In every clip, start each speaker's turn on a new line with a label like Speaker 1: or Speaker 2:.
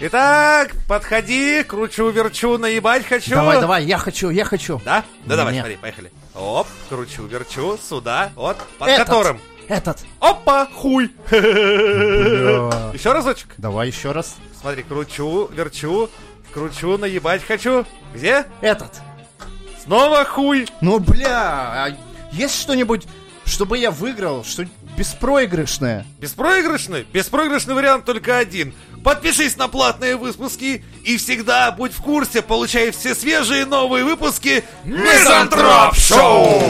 Speaker 1: Итак, подходи, кручу-верчу, наебать хочу.
Speaker 2: Давай, давай, я хочу, я хочу.
Speaker 1: Да? Да давай,
Speaker 2: Нет.
Speaker 1: смотри, поехали. Оп, кручу-верчу, сюда, вот, под
Speaker 2: Этот.
Speaker 1: которым.
Speaker 2: Этот.
Speaker 1: Опа, хуй.
Speaker 2: Бля.
Speaker 1: Еще разочек.
Speaker 2: Давай еще раз.
Speaker 1: Смотри, кручу, верчу, кручу, наебать хочу. Где?
Speaker 2: Этот.
Speaker 1: Снова хуй.
Speaker 2: Ну, бля, а есть что-нибудь, чтобы я выиграл, что беспроигрышное?
Speaker 1: Беспроигрышный? Беспроигрышный вариант только один. Подпишись на платные выпуски и всегда будь в курсе, получай все свежие новые выпуски Мизантроп Шоу!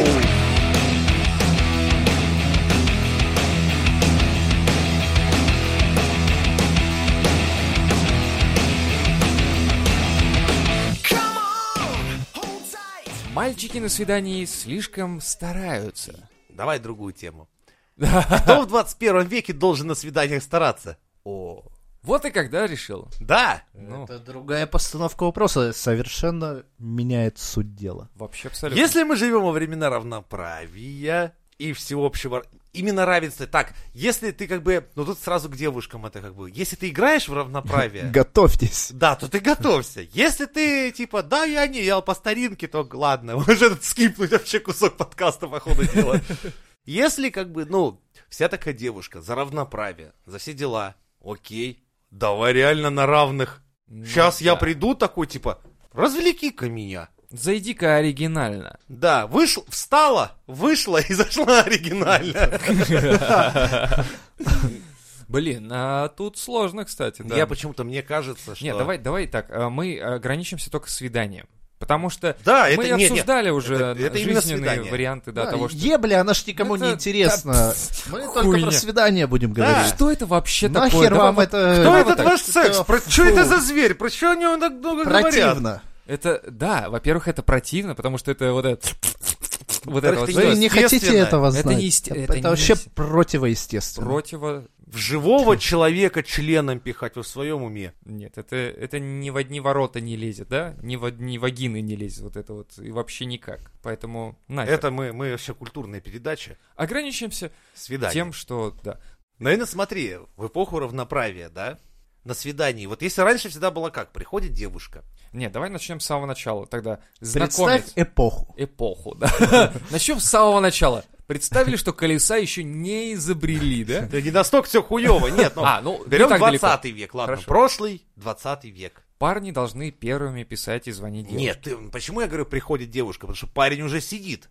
Speaker 3: Мальчики на свидании слишком стараются.
Speaker 1: Давай другую тему. Кто в 21 веке должен на свиданиях стараться? О,
Speaker 3: Вот и когда решил.
Speaker 1: да!
Speaker 3: Ну,
Speaker 2: Это другая постановка вопроса. Совершенно меняет суть дела.
Speaker 3: вообще абсолютно.
Speaker 1: Если мы живем во времена равноправия и всеобщего именно равенства, так, если ты как бы, ну тут сразу к девушкам это как бы, если ты играешь в равноправие,
Speaker 2: Готовьтесь.
Speaker 1: да, то ты готовься. Если ты типа, да, я не, я по старинке, то ладно, уже этот скипнуть вообще кусок подкаста, походу, дела. Если как бы, ну, вся такая девушка за равноправие, за все дела, окей, давай реально на равных.
Speaker 3: Ну,
Speaker 1: Сейчас я
Speaker 3: да.
Speaker 1: приду такой, типа, развлеки-ка меня.
Speaker 3: Зайди-ка оригинально.
Speaker 1: Да, вышла, встала, вышла и зашла оригинально.
Speaker 3: Блин, а тут сложно, кстати. да.
Speaker 1: Я почему-то, мне кажется, что...
Speaker 3: Нет, давай, давай так, а, мы ограничимся только свиданием. Потому что
Speaker 1: Да, А
Speaker 3: мы
Speaker 1: это- не, не,
Speaker 3: обсуждали уже
Speaker 1: это- это именно
Speaker 3: жизненные
Speaker 1: свидание.
Speaker 3: варианты да,
Speaker 2: Да,
Speaker 3: того, что...
Speaker 2: Ебля, она ж никому
Speaker 3: Это-
Speaker 2: не интересна.
Speaker 3: да,
Speaker 2: Мы
Speaker 3: хуйня.
Speaker 2: только про свидание будем говорить.
Speaker 3: Что это вообще такое?
Speaker 2: Нахер
Speaker 3: Давай
Speaker 2: вам
Speaker 3: вот-
Speaker 2: это...
Speaker 1: Кто
Speaker 3: Давай
Speaker 1: этот
Speaker 3: вот так.
Speaker 1: ваш секс?
Speaker 2: Это
Speaker 1: Про
Speaker 2: фу.
Speaker 1: что это за зверь? Про что они так много говорят?
Speaker 2: Противно.
Speaker 3: Это, да, во-первых, это противно, потому что это вот это... Вот это вот
Speaker 1: Во-вторых, ты
Speaker 2: Вы
Speaker 3: что?
Speaker 2: не хотите
Speaker 1: естественно.
Speaker 2: этого
Speaker 3: Это
Speaker 2: знать.
Speaker 3: не есте- это
Speaker 2: это,
Speaker 3: не
Speaker 2: вообще
Speaker 3: есте-
Speaker 2: противоестественно.
Speaker 3: Противо...
Speaker 1: В живого человека членом пихать в своем уме.
Speaker 3: Нет, это, это ни в одни ворота не лезет, да? Ни в одни вагины не лезет вот это вот. И вообще никак. Поэтому нахер.
Speaker 1: Это мы, мы вообще культурная передача.
Speaker 3: Ограничимся
Speaker 1: Свидание.
Speaker 3: тем, что... Да.
Speaker 1: Наверное, смотри, в эпоху равноправия, да? На свидании. Вот если раньше всегда было как? Приходит девушка.
Speaker 3: Нет, давай начнем с самого начала. Тогда
Speaker 2: Представь
Speaker 3: знакомить.
Speaker 2: эпоху.
Speaker 3: эпоху, да. Начнем с самого начала. Представили, что колеса еще не изобрели, да?
Speaker 1: Да не настолько все хуево, нет. ну,
Speaker 3: А, ну, не
Speaker 1: берем
Speaker 3: так
Speaker 1: 20
Speaker 3: далеко.
Speaker 1: век, ладно.
Speaker 3: Хорошо.
Speaker 1: Прошлый 20 век.
Speaker 3: Парни должны первыми писать и звонить девушке.
Speaker 1: Нет, ты- почему я говорю, приходит девушка? Потому что парень уже сидит.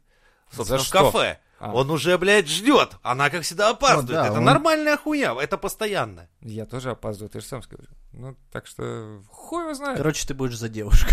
Speaker 1: Собственно,
Speaker 3: За
Speaker 1: в
Speaker 3: что?
Speaker 1: кафе.
Speaker 3: А.
Speaker 1: Он уже, блядь, ждет. Она, как всегда, опаздывает.
Speaker 2: Ну да,
Speaker 1: это
Speaker 2: он-
Speaker 1: нормальная хуя, это постоянно.
Speaker 3: Я тоже опаздываю, ты же сам скажешь. Ну, так что, хуй его знает.
Speaker 2: Короче, ты будешь за девушку.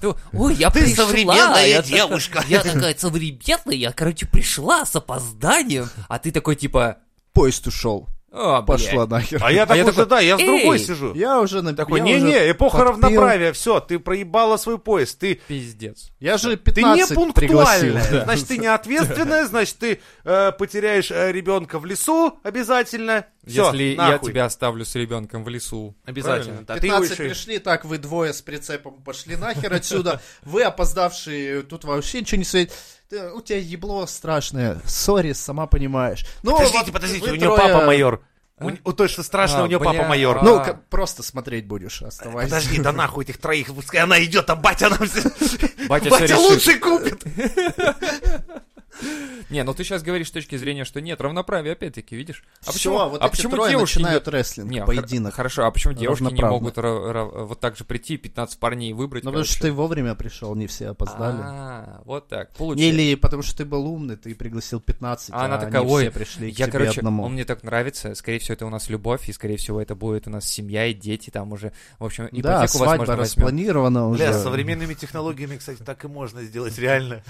Speaker 3: Ты- Ой, я
Speaker 1: Ты
Speaker 3: пришла,
Speaker 1: современная
Speaker 3: я такая-
Speaker 1: девушка.
Speaker 3: Я такая современная, я, короче, пришла с опозданием, а ты такой, типа,
Speaker 2: Поезд ушел.
Speaker 3: «А, блядь».
Speaker 2: Пошла нахер.
Speaker 1: А я так
Speaker 3: я
Speaker 1: уже,
Speaker 3: такой,
Speaker 1: да, я с другой
Speaker 3: «Эй!»
Speaker 1: сижу.
Speaker 2: Я уже на
Speaker 1: Такой,
Speaker 2: я
Speaker 1: не-не,
Speaker 2: уже
Speaker 1: эпоха
Speaker 2: подпил.
Speaker 1: равноправия, все, ты проебала свой поезд, ты,
Speaker 3: Пиздец.
Speaker 2: Я же
Speaker 1: ты не
Speaker 2: 15 пригласил.
Speaker 1: пунктуальная,
Speaker 2: Да.
Speaker 1: значит, ты не ответственная, значит, ты э, потеряешь э, ребенка в лесу обязательно. Всё,
Speaker 3: Если я
Speaker 1: нахуй.
Speaker 3: тебя оставлю с ребенком в лесу.
Speaker 1: Обязательно, да, ты его
Speaker 2: 15
Speaker 1: ещё и-
Speaker 2: пришли, так вы двое с прицепом пошли нахер отсюда. Вы опоздавшие, тут вообще ничего не светит. Да, У тебя ебло страшное. Сори, сама понимаешь. Ну,
Speaker 1: Подождите,
Speaker 2: вот
Speaker 1: подождите,
Speaker 2: вы
Speaker 1: у нее
Speaker 2: трое-
Speaker 1: папа майор.
Speaker 3: А?
Speaker 1: У, у той, что страшно,
Speaker 3: А,
Speaker 1: у нее папа
Speaker 3: бля.
Speaker 1: майор.
Speaker 2: Ну,
Speaker 3: А.
Speaker 2: ка- просто смотреть будешь, оставайся.
Speaker 1: Подожди, да нахуй этих троих, пускай она идет, а батя нам все-
Speaker 3: Батя всё
Speaker 1: Батя
Speaker 3: решит.
Speaker 1: лучше купит.
Speaker 3: Не, ну ты сейчас говоришь с точки зрения, что нет, равноправие, опять-таки, видишь? А
Speaker 2: Всё,
Speaker 3: почему,
Speaker 2: вот
Speaker 3: а
Speaker 2: эти
Speaker 3: почему
Speaker 2: трое
Speaker 3: девушки
Speaker 2: начинают
Speaker 3: не-
Speaker 2: рестлинг,
Speaker 3: Не, хор-
Speaker 2: поединок.
Speaker 3: Хорошо, а почему девушки не
Speaker 2: Равноправно.
Speaker 3: могут ра- ра- вот так же прийти, 15 парней выбрать?
Speaker 2: Ну, потому что
Speaker 3: короче?
Speaker 2: ты вовремя пришел, не все опоздали.
Speaker 3: А, вот так, получилось.
Speaker 2: Или потому что ты был умный, ты пригласил 15,
Speaker 3: А она такая,
Speaker 2: они все
Speaker 3: ой,
Speaker 2: пришли к
Speaker 3: я,
Speaker 2: тебе
Speaker 3: короче,
Speaker 2: одному.
Speaker 3: он мне так нравится, скорее всего, это у нас любовь, и, скорее всего, это будет у нас семья и дети, там уже, в общем, ипотеку,
Speaker 2: Да, свадьба
Speaker 3: возможно, возьмем.
Speaker 2: распланирована
Speaker 1: Бля, с
Speaker 2: уже.
Speaker 1: современными технологиями, кстати, так и можно сделать, реально.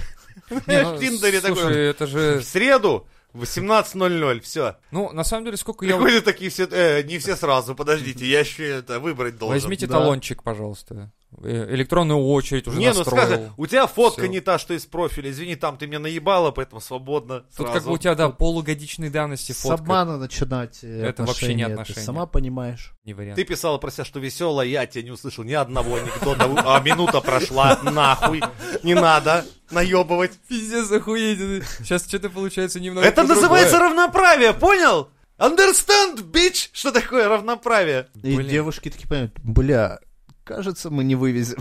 Speaker 3: Не, ну,
Speaker 1: В Тиндере
Speaker 3: слушай,
Speaker 1: такой,
Speaker 3: это же,
Speaker 1: в среду, 18.00, все.
Speaker 3: ну, на самом деле, сколько я...
Speaker 1: Приходят такие все, «Э, не все сразу, подождите, я еще это выбрать должен.
Speaker 3: Возьмите
Speaker 2: Да.
Speaker 3: талончик, пожалуйста. Э, Электронную очередь уже
Speaker 1: не, ну
Speaker 3: настроил.
Speaker 1: скажи, у тебя фотка
Speaker 3: Всё.
Speaker 1: не та, что из профиля. Извини, там ты меня наебала, поэтому свободно.
Speaker 3: Тут
Speaker 1: сразу.
Speaker 3: как бы у тебя, да, полугодичной давности
Speaker 2: С
Speaker 3: фотка.
Speaker 2: обмана начинать э,
Speaker 3: Это вообще не
Speaker 2: отношения,
Speaker 3: отношения.
Speaker 2: Ты сама понимаешь.
Speaker 3: Не вариант.
Speaker 1: Ты писала про себя, что веселая, я тебя не услышал ни одного анекдота, а минута прошла, нахуй, не надо наебывать.
Speaker 3: Пиздец, охуеть. Сейчас что-то получается немного
Speaker 1: Это
Speaker 3: по-другому.
Speaker 1: называется равноправие, понял? Understand, bitch! Что такое равноправие?
Speaker 2: И
Speaker 3: Блин.
Speaker 2: девушки такие понимают, бля, кажется, мы не вывезем.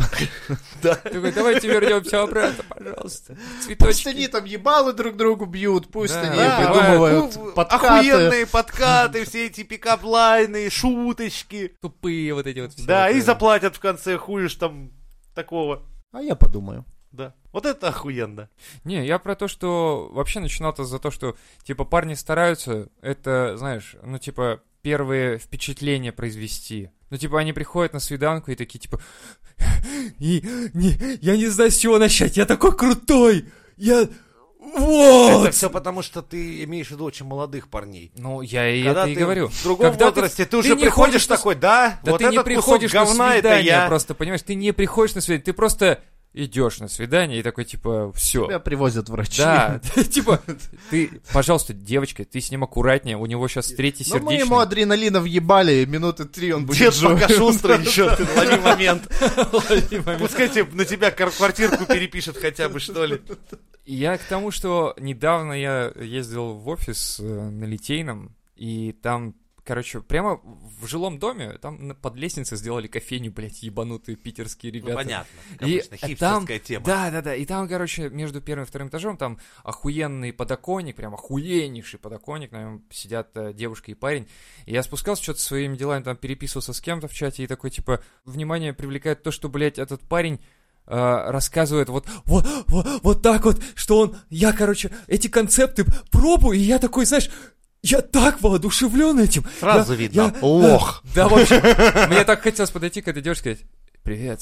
Speaker 3: Ты такой, давайте вернемся обратно, пожалуйста.
Speaker 2: Пусть они
Speaker 3: Цветочки.
Speaker 2: там ебалы друг другу бьют, пусть
Speaker 3: Да,
Speaker 2: они
Speaker 3: да,
Speaker 2: придумывают
Speaker 1: оху-
Speaker 2: подкаты.
Speaker 1: Ну, Охуенные подкаты, все эти пикап-лайны, шуточки.
Speaker 3: Тупые вот эти вот. все
Speaker 1: Да,
Speaker 3: вот
Speaker 1: и
Speaker 3: это.
Speaker 1: заплатят в конце, хуешь там такого.
Speaker 2: А я подумаю.
Speaker 1: Да. Вот это охуенно.
Speaker 3: Не, я про то, что вообще начинал-то за то, что, типа, парни стараются, это, знаешь, ну, типа, первые впечатления произвести. Ну, типа, они приходят на свиданку и такие, типа, и, не, я не знаю, с чего начать, я такой крутой, я, вот!
Speaker 1: Это все потому, что ты имеешь в виду очень молодых парней.
Speaker 3: Ну, я и
Speaker 1: Когда
Speaker 3: это и
Speaker 1: ты
Speaker 3: говорю.
Speaker 1: в другом
Speaker 3: Когда ты-
Speaker 1: возрасте ты,
Speaker 3: ты
Speaker 1: уже
Speaker 3: не
Speaker 1: приходишь
Speaker 3: ходишь на с-
Speaker 1: такой, да,
Speaker 3: Да
Speaker 1: вот
Speaker 3: ты не
Speaker 1: этот кусок
Speaker 3: приходишь на
Speaker 1: говна,
Speaker 3: свидание,
Speaker 1: это я.
Speaker 3: просто, понимаешь, ты не приходишь на свидание, ты просто идешь на свидание и такой, типа, все.
Speaker 2: Тебя привозят врачи.
Speaker 3: Да, типа, ты, пожалуйста, девочка, ты с ним аккуратнее, у него сейчас третий
Speaker 2: Но мы ему
Speaker 3: сердечный.
Speaker 2: адреналина въебали, минуты три он будет
Speaker 1: Дед
Speaker 2: жив.
Speaker 1: пока шустрый еще, ты лови момент. Пускай тебе- на тебя кар- квартирку перепишет хотя бы, что ли.
Speaker 3: Я к тому, что недавно я ездил в офис э, на Литейном, и там, короче, прямо в жилом доме, там на- под лестницей сделали кофейню, блядь, ебанутые питерские
Speaker 1: Ну,
Speaker 3: ребята.
Speaker 1: понятно,
Speaker 3: И э,
Speaker 1: конечно,
Speaker 3: там-
Speaker 1: хипстерская тема.
Speaker 3: Да, да, да. И там, короче, между первым и вторым этажом там охуенный подоконник, прям охуеннейший подоконник, на нем сидят э, девушка и парень. И я спускался что-то своими делами, там переписывался с кем-то в чате и такой, типа, внимание привлекает то, что, блядь, этот парень э, рассказывает вот, вот, вот, вот так вот, что он, я, короче, эти концепты пробую, и я такой, знаешь, я так воодушевлен этим.
Speaker 1: Сразу
Speaker 3: Я-
Speaker 1: видно,
Speaker 3: я-
Speaker 1: лох.
Speaker 3: Да, вообще, мне так хотелось подойти к этой девушке и сказать, привет,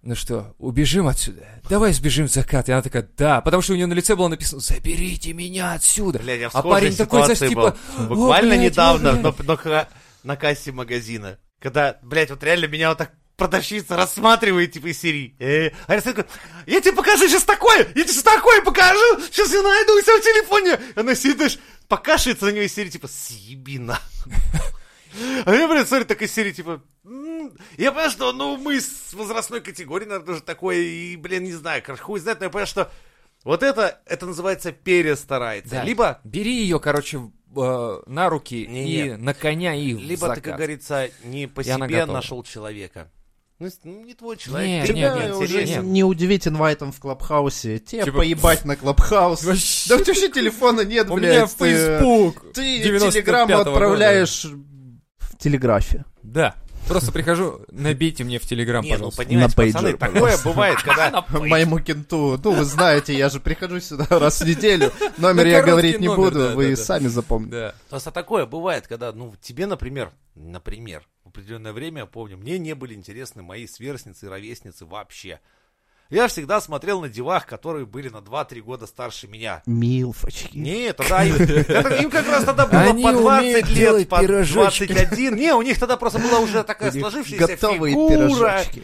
Speaker 3: ну что, убежим отсюда? Давай сбежим в закат. И она такая, да, потому что у нее на лице было написано, заберите меня отсюда.
Speaker 1: Бля, я в
Speaker 3: а
Speaker 1: схожей
Speaker 3: парень такой, знаешь,
Speaker 1: ситуации
Speaker 3: типа,
Speaker 1: был.
Speaker 3: «О,
Speaker 1: Буквально
Speaker 3: блядь,
Speaker 1: недавно
Speaker 3: о, блядь».
Speaker 1: на, на ка- на кассе магазина. Когда, блядь, вот реально меня вот так продавщица рассматривает, типа, из серии. «Э, а я такой, я тебе покажу сейчас такое, я тебе сейчас такое покажу, сейчас я найду у себя в телефоне. Она сидит, знаешь, покашляется на нее из серии, типа, съеби на. А я, блядь, смотрю, так из серии, типа, «М». я понимаю, что, ну, мы с возрастной категории, наверное, тоже такое, и, блин, не знаю, короче, хуй знает, но я понимаю, что вот это, это называется перестарается.
Speaker 3: Да.
Speaker 1: Либо
Speaker 3: Бери ее, короче, в- э, на руки
Speaker 1: Не,
Speaker 3: и
Speaker 1: не.
Speaker 3: на коня и в
Speaker 1: Либо ты,
Speaker 3: закат.
Speaker 1: как говорится, не по
Speaker 3: Я на
Speaker 1: себе
Speaker 3: готово.
Speaker 1: нашел человека. Ну, с- ну, не твой человек.
Speaker 3: Не,
Speaker 1: ты
Speaker 3: не,
Speaker 1: меня
Speaker 3: не,
Speaker 1: не
Speaker 3: уже
Speaker 1: интересен.
Speaker 3: не.
Speaker 2: Не удивить инвайтом в Клабхаусе. Тебе
Speaker 3: Типа,
Speaker 2: поебать на Клабхаус.
Speaker 3: Вообще.
Speaker 2: Да у тебя вообще телефона нет,
Speaker 3: У меня
Speaker 2: блядь. Ты
Speaker 3: Facebook.
Speaker 2: ты
Speaker 3: 95-го
Speaker 2: телеграмму
Speaker 3: года.
Speaker 2: отправляешь в телеграфе.
Speaker 3: Да. Просто прихожу, набейте мне в Телеграм,
Speaker 1: Не, ну
Speaker 3: пожалуйста.
Speaker 1: понимаете,
Speaker 2: На
Speaker 1: пацаны,
Speaker 2: пейджер,
Speaker 1: такое бывает, когда...
Speaker 3: На пейдж.
Speaker 2: Моему кенту. Ну, вы знаете, я же прихожу сюда раз в неделю. Номер
Speaker 3: На
Speaker 2: я
Speaker 3: короткий
Speaker 2: говорить не
Speaker 3: номер,
Speaker 2: буду,
Speaker 3: да,
Speaker 2: вы
Speaker 3: да, да.
Speaker 2: сами запомните.
Speaker 3: Да.
Speaker 1: Просто такое бывает, когда, ну, тебе, например, например, в определенное время, я помню, мне не были интересны мои сверстницы и ровесницы вообще. Я всегда смотрел на девах, которые были на 2-3 года старше меня.
Speaker 2: Милфочки.
Speaker 1: Не, тогда им, это им как раз тогда было
Speaker 3: Они
Speaker 1: по 20
Speaker 3: умеют делать
Speaker 1: лет, по
Speaker 3: пирожочки.
Speaker 1: 21. Не, у них тогда просто была уже такая
Speaker 2: У них
Speaker 1: сложившаяся
Speaker 2: Готовые
Speaker 1: фигура.
Speaker 2: пирожочки.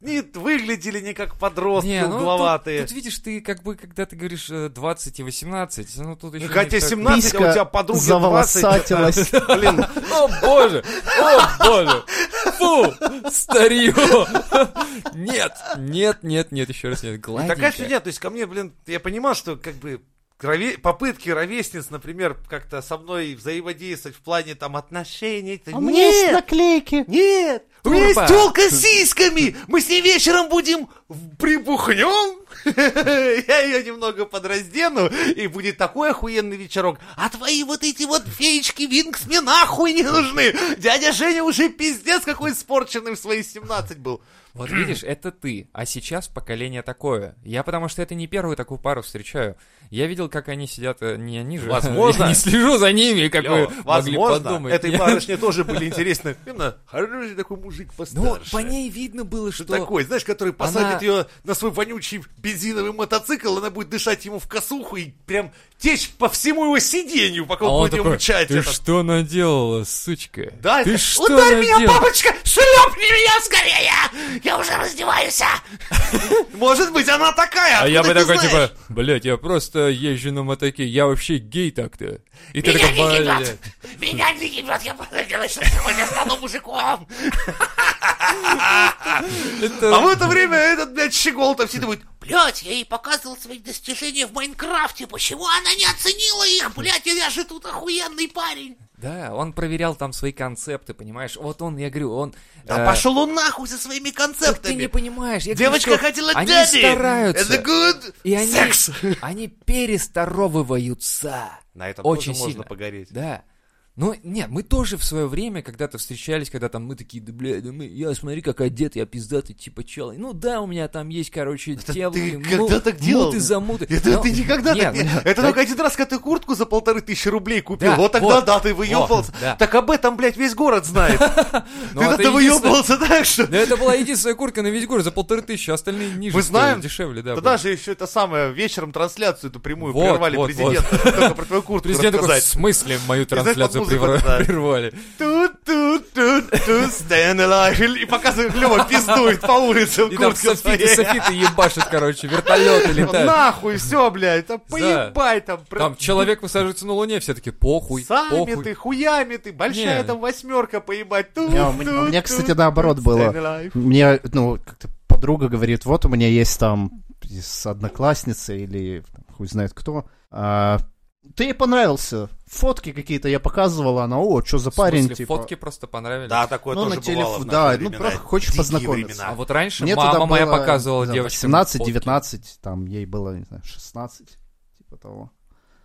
Speaker 1: Не выглядели не как подростки
Speaker 3: Не, ну, тут-
Speaker 1: угловатые.
Speaker 3: Тут, видишь, ты как бы, когда ты говоришь э, 20 и 18, ну тут еще...
Speaker 1: Ну, хотя
Speaker 3: не так-
Speaker 1: 17, а у
Speaker 2: Писька
Speaker 1: тебя подруга 20.
Speaker 2: Заволосатилась.
Speaker 1: Блин,
Speaker 3: О боже, о боже, фу, старье. Нет, нет, нет, нет, еще раз нет, гладенько.
Speaker 1: Ну, такая фигня, то есть ко мне, блин, я понимал, что как бы крове- попытки ровесниц, например, как-то со мной взаимодействовать в плане там отношений. это-
Speaker 2: А у меня есть
Speaker 1: Нет!
Speaker 2: наклейки.
Speaker 1: Нет! У меня
Speaker 3: Турбо.
Speaker 1: есть тёлка с сиськами! Мы с ней вечером будем в- прибухнем! Я ее немного подраздену, и будет такой охуенный вечерок. А твои вот эти вот феечки Винксме нахуй не нужны! Дядя Женя уже пиздец какой испорченный в свои 17 был.
Speaker 3: Вот видишь, это ты, а сейчас поколение такое. Я потому что это не первую такую пару встречаю. Я видел, как они сидят, э, не они же.
Speaker 1: Возможно.
Speaker 3: Я не слежу за ними, как
Speaker 1: Лёва,
Speaker 3: вы могли
Speaker 1: возможно,
Speaker 3: подумать.
Speaker 1: этой барышне тоже были интересны. Именно хороший такой мужик
Speaker 3: Ну,
Speaker 1: постарше.
Speaker 3: по ней видно было, что...
Speaker 1: Ты такой, знаешь, который посадит ее на свой вонючий бензиновый мотоцикл, она будет дышать ему в косуху и прям течь по всему его сиденью, пока
Speaker 3: А
Speaker 1: он
Speaker 3: он
Speaker 1: будет
Speaker 3: такой,
Speaker 1: мучать.
Speaker 3: ты что наделала, сучка?
Speaker 1: Да,
Speaker 3: ты
Speaker 1: это-
Speaker 3: что
Speaker 1: ударь меня,
Speaker 3: наделала?»
Speaker 1: папочка! Шлепни меня скорее! Я уже раздеваюсь! а! Может быть, она такая!
Speaker 3: А я бы
Speaker 1: откуда ты
Speaker 3: такой,
Speaker 1: знаешь?
Speaker 3: типа, блядь, я просто езжу на мотоке, я вообще гей так-то. И ты
Speaker 1: Меня
Speaker 3: такой,
Speaker 1: не
Speaker 3: блядь.
Speaker 1: ебет! Меня не ебет! Я подумала, что сегодня стану мужиком!
Speaker 3: это-
Speaker 1: А в это время этот, блядь, щегол там все думают, блядь, я ей показывал свои достижения в Майнкрафте, почему она не оценила их, блядь, я же тут охуенный парень.
Speaker 3: Да, он проверял там свои концепты, понимаешь? Вот он, я говорю, он...
Speaker 1: Да
Speaker 3: э,
Speaker 1: пошел он нахуй со своими
Speaker 3: так ты не
Speaker 1: концептами.
Speaker 3: понимаешь. Я говорю,
Speaker 1: Девочка
Speaker 3: что
Speaker 1: хотела
Speaker 3: они
Speaker 1: daddy.
Speaker 3: стараются.
Speaker 1: Это good.
Speaker 3: И они,
Speaker 1: Секс.
Speaker 3: они перестаровываются.
Speaker 1: На этом
Speaker 3: Очень
Speaker 1: тоже можно
Speaker 3: сильно.
Speaker 1: погореть.
Speaker 3: Да. Ну, нет, мы тоже в свое время когда-то встречались, когда там мы такие, да, бля, да мы, я смотри, как одет, я пиздатый, типа чел. Ну да, у меня там есть, короче,
Speaker 1: Это
Speaker 3: тело,
Speaker 1: ты
Speaker 3: ну,
Speaker 1: когда так делал?
Speaker 3: муты, замуты.
Speaker 1: Это
Speaker 3: Но-
Speaker 1: ты никогда
Speaker 3: нет,
Speaker 1: так не...
Speaker 3: ну,
Speaker 1: Это
Speaker 3: да-
Speaker 1: только один раз, когда ты куртку за полторы тысячи рублей купил.
Speaker 3: Да,
Speaker 1: вот тогда
Speaker 3: вот,
Speaker 1: да, ты выебался.
Speaker 3: вот, да.
Speaker 1: Так об этом, блядь, весь город знает.
Speaker 3: ну,
Speaker 1: ты
Speaker 3: это
Speaker 1: тогда
Speaker 3: единственное-
Speaker 1: выебывался так, что...
Speaker 3: Да это была единственная куртка на весь город за полторы тысячи, а остальные ниже.
Speaker 1: Мы
Speaker 3: стоили,
Speaker 1: знаем.
Speaker 3: дешевле, да.
Speaker 1: Да
Speaker 3: были.
Speaker 1: даже еще это самое, вечером трансляцию эту прямую
Speaker 3: Вот,
Speaker 1: прервали
Speaker 3: вот,
Speaker 1: президента. Только про твою куртку
Speaker 3: Президент такой, в
Speaker 1: рассказать.
Speaker 3: смысле мою
Speaker 1: знаешь, под
Speaker 3: трансляцию
Speaker 1: музыку,
Speaker 3: прерва-
Speaker 1: да.
Speaker 3: прервали?
Speaker 1: Тут-тут-тут-тут, stand alive. И показывает, Лёва пиздует по улице в
Speaker 3: И там
Speaker 1: куртке
Speaker 3: софиты,
Speaker 1: своей.
Speaker 3: софиты ебашат, короче, вертолеты летают.
Speaker 1: Нахуй, все, блядь, там поебай там. про-
Speaker 3: Там человек высаживается на луне, все таки похуй,
Speaker 1: Сами
Speaker 3: похуй.
Speaker 1: ты, хуями ты, большая
Speaker 3: Не.
Speaker 1: там восьмерка поебать. Тут,
Speaker 2: Не, у меня- у меня, кстати, наоборот было. Мне, ну, как-то подруга говорит, вот у меня есть там с одноклассницей или там, хуй знает кто. а, ты ей понравился. Фотки какие-то я показывала, она, о, что за
Speaker 3: В смысле,
Speaker 2: парень, типа.
Speaker 3: фотки просто понравились.
Speaker 1: Да, такое
Speaker 2: Ну,
Speaker 1: тоже
Speaker 2: на
Speaker 1: бывало
Speaker 2: телефон,
Speaker 1: в
Speaker 2: да,
Speaker 1: наши
Speaker 2: ну,
Speaker 1: времена.
Speaker 2: просто хочешь
Speaker 1: Дикие
Speaker 2: познакомиться.
Speaker 1: времена.
Speaker 3: А вот раньше
Speaker 2: Мне
Speaker 3: мама
Speaker 2: тогда
Speaker 3: моя
Speaker 2: было,
Speaker 3: показывала
Speaker 2: не знаю,
Speaker 3: девочкам
Speaker 2: 17,
Speaker 3: фотки.
Speaker 2: 19, там ей было, не знаю, 16, типа того.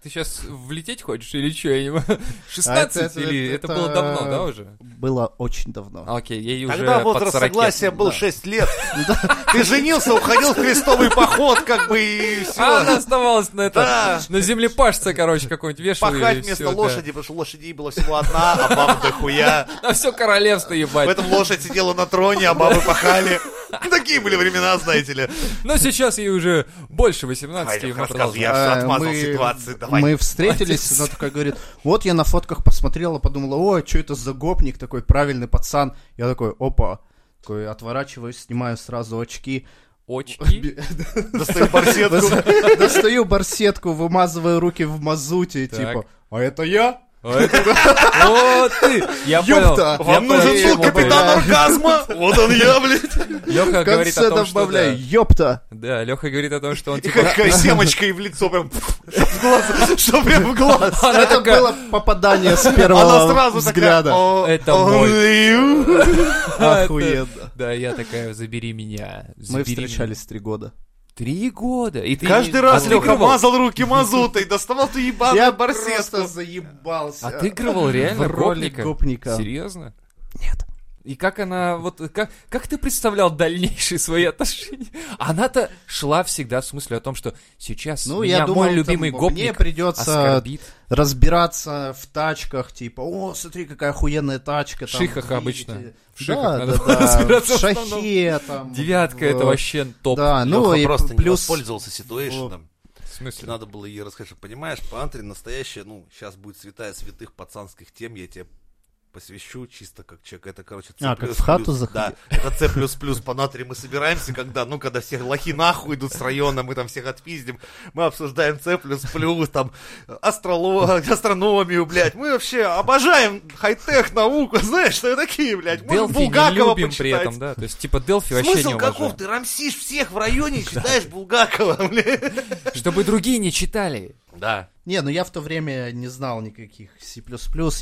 Speaker 3: Ты сейчас влететь хочешь или что? Я не понимаю. 16
Speaker 2: А это-
Speaker 3: или это,
Speaker 2: это- Ну,
Speaker 3: было давно, да, уже?
Speaker 2: Было очень давно.
Speaker 3: А, Окей, ей уже
Speaker 1: Тогда
Speaker 3: под
Speaker 1: возраст
Speaker 3: 40 лет.
Speaker 1: согласия был 6 лет.
Speaker 2: Ну
Speaker 1: Ты женился, уходил в крестовый поход, как бы, и
Speaker 3: А она
Speaker 1: все.
Speaker 3: оставалась на это,
Speaker 1: Да.
Speaker 3: на землепашце, короче, какой-нибудь вешал.
Speaker 1: Пахать вместо лошади, потому что лошадей было всего одна, а баб дохуя.
Speaker 3: На все королевство
Speaker 1: В
Speaker 3: ебать.
Speaker 1: этом лошадь сидела на троне, а бабы пахали. Ну, Такие были времена, знаете ли.
Speaker 3: Но сейчас ей уже больше 18,
Speaker 1: Ай,
Speaker 3: и она
Speaker 1: рассказывай,
Speaker 3: продолжает.
Speaker 1: я
Speaker 2: Э,
Speaker 1: все отмазал
Speaker 2: мы-
Speaker 1: ситуацию, давай.
Speaker 2: Мы встретились, она такая говорит, вот я на фотках посмотрела, подумала, ой, что это за гопник такой, правильный пацан. Я такой, опа, такой, отворачиваюсь, снимаю сразу очки,
Speaker 3: Очки.
Speaker 1: Достаю барсетку.
Speaker 2: достаю барсетку, вымазываю руки в мазуте,
Speaker 3: Так.
Speaker 2: типа, а это я?
Speaker 3: А это- О, ты! Я понял.
Speaker 2: Ёпта!
Speaker 3: Я
Speaker 1: Вам
Speaker 3: понял,
Speaker 1: нужен
Speaker 3: к
Speaker 1: был
Speaker 3: чему вы.
Speaker 1: А капитан оргазма? Вот он я, блядь.
Speaker 3: Лёха
Speaker 2: В
Speaker 3: говорит
Speaker 2: конце
Speaker 3: о том, что...
Speaker 2: добавляю,
Speaker 3: да.
Speaker 2: ёпта!
Speaker 3: Да, Леха говорит о том, что он
Speaker 1: И
Speaker 3: типа...
Speaker 1: какая семочка и в лицо прям в глаз, что прям в глаз.
Speaker 3: Она
Speaker 2: Это
Speaker 3: такая,
Speaker 2: было попадание с
Speaker 1: Она
Speaker 2: первого
Speaker 1: сразу
Speaker 2: взгляда.
Speaker 1: такая, «О,
Speaker 3: Это
Speaker 1: only
Speaker 3: мой».
Speaker 1: you».
Speaker 3: «А, это-
Speaker 2: Охуенно.
Speaker 3: Да, я такая, забери меня.
Speaker 2: Мы
Speaker 3: забери
Speaker 2: встречались три года.
Speaker 3: меня». Три года. И ты
Speaker 1: Каждый
Speaker 3: не-
Speaker 1: раз Леха
Speaker 3: отыгрывал?
Speaker 1: мазал руки мазутой, доставал ту ебаную барсетку.
Speaker 3: А
Speaker 2: заебался.
Speaker 3: Отыгрывал реально
Speaker 2: в роли
Speaker 3: гопника?
Speaker 2: гопника.
Speaker 3: Серьезно?
Speaker 2: Нет.
Speaker 3: И как она, вот, как, как ты представлял дальнейшие свои отношения? Она-то шла всегда в смысле о том, что сейчас
Speaker 2: Ну,
Speaker 3: меня
Speaker 2: я думал,
Speaker 3: мой любимый
Speaker 2: там,
Speaker 3: гопник
Speaker 2: мне придется
Speaker 3: оскорбит.
Speaker 2: разбираться в тачках, типа, о, смотри, какая охуенная тачка.
Speaker 3: В
Speaker 2: там,
Speaker 3: шихах
Speaker 2: видите».
Speaker 3: обычно. В шихах
Speaker 2: Да, да, да,
Speaker 3: надо
Speaker 2: в
Speaker 3: разбираться в основном.
Speaker 2: шахе там.
Speaker 3: Девятка,
Speaker 2: в-
Speaker 3: это вообще топ.
Speaker 2: Да, ну
Speaker 1: Лёха
Speaker 2: и
Speaker 1: просто не
Speaker 2: плюс...
Speaker 1: воспользовался ситуэйшеном.
Speaker 3: В смысле?
Speaker 1: Надо было ей рассказать, что, понимаешь, Пантри настоящая, ну, сейчас будет святая святых пацанских тем, я тебе посвящу чисто как человек. Это, короче, C++.
Speaker 2: А, как в хату
Speaker 1: Да,
Speaker 2: заходил.
Speaker 1: это C++ по натрию мы собираемся, когда, ну, когда все лохи нахуй идут с района, мы там всех отпиздим, мы обсуждаем C++, там, астроло... астрономию, блядь. Мы вообще обожаем хай-тех науку, знаешь, что такие, блядь. Можем
Speaker 3: Делфи не
Speaker 1: Булгакова
Speaker 3: любим при
Speaker 1: почитать.
Speaker 3: этом, да. То есть, типа, Делфи вообще не
Speaker 1: Смысл каков?
Speaker 3: уважаем.
Speaker 1: Ты рамсишь всех в районе и читаешь Булгакова, блядь.
Speaker 3: Чтобы другие не читали.
Speaker 1: Да.
Speaker 2: Не, ну я в то время не знал никаких C++,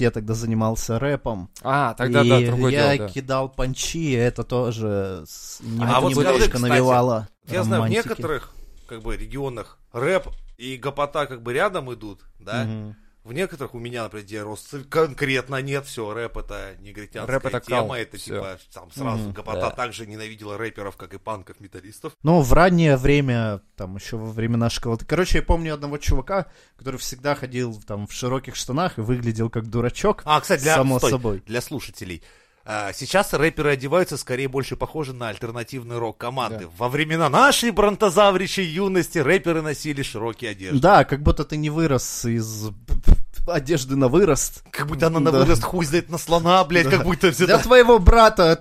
Speaker 2: я тогда занимался рэпом.
Speaker 3: А, тогда
Speaker 2: и
Speaker 3: да, другое
Speaker 2: я
Speaker 3: дело, да.
Speaker 2: кидал панчи, и это тоже с- нем-
Speaker 1: А вот
Speaker 2: немножечко
Speaker 1: скажи, кстати,
Speaker 2: навевало
Speaker 1: Я знаю, в
Speaker 2: романтики.
Speaker 1: некоторых как бы регионах рэп и гопота как бы рядом идут, да?
Speaker 2: Мгм.
Speaker 1: В некоторых у меня, например, где рос ц- конкретно нет, все, рэп это негритянская
Speaker 3: Рэп это
Speaker 1: тема,
Speaker 3: кал,
Speaker 1: это
Speaker 3: всё.
Speaker 1: типа там сразу
Speaker 2: Мгм.
Speaker 1: гопота
Speaker 3: Да.
Speaker 1: также ненавидела рэперов, как и панков, металлистов.
Speaker 2: Ну, в раннее время, там, еще во времена школы. Короче, я помню одного чувака, который всегда ходил там в широких штанах и выглядел как дурачок.
Speaker 1: А, кстати, для,
Speaker 2: Само
Speaker 1: стой,
Speaker 2: собой.
Speaker 1: для слушателей. А, Сейчас рэперы одеваются скорее больше похожи на альтернативный рок команды. Во времена нашей бронтозавричей юности рэперы носили широкие одежды.
Speaker 2: Да, как будто ты не вырос из п- п- одежды на вырост.
Speaker 1: Как будто она на
Speaker 2: Да.
Speaker 1: вырост хуй знает на слона, блядь, как будто все
Speaker 2: Для твоего брата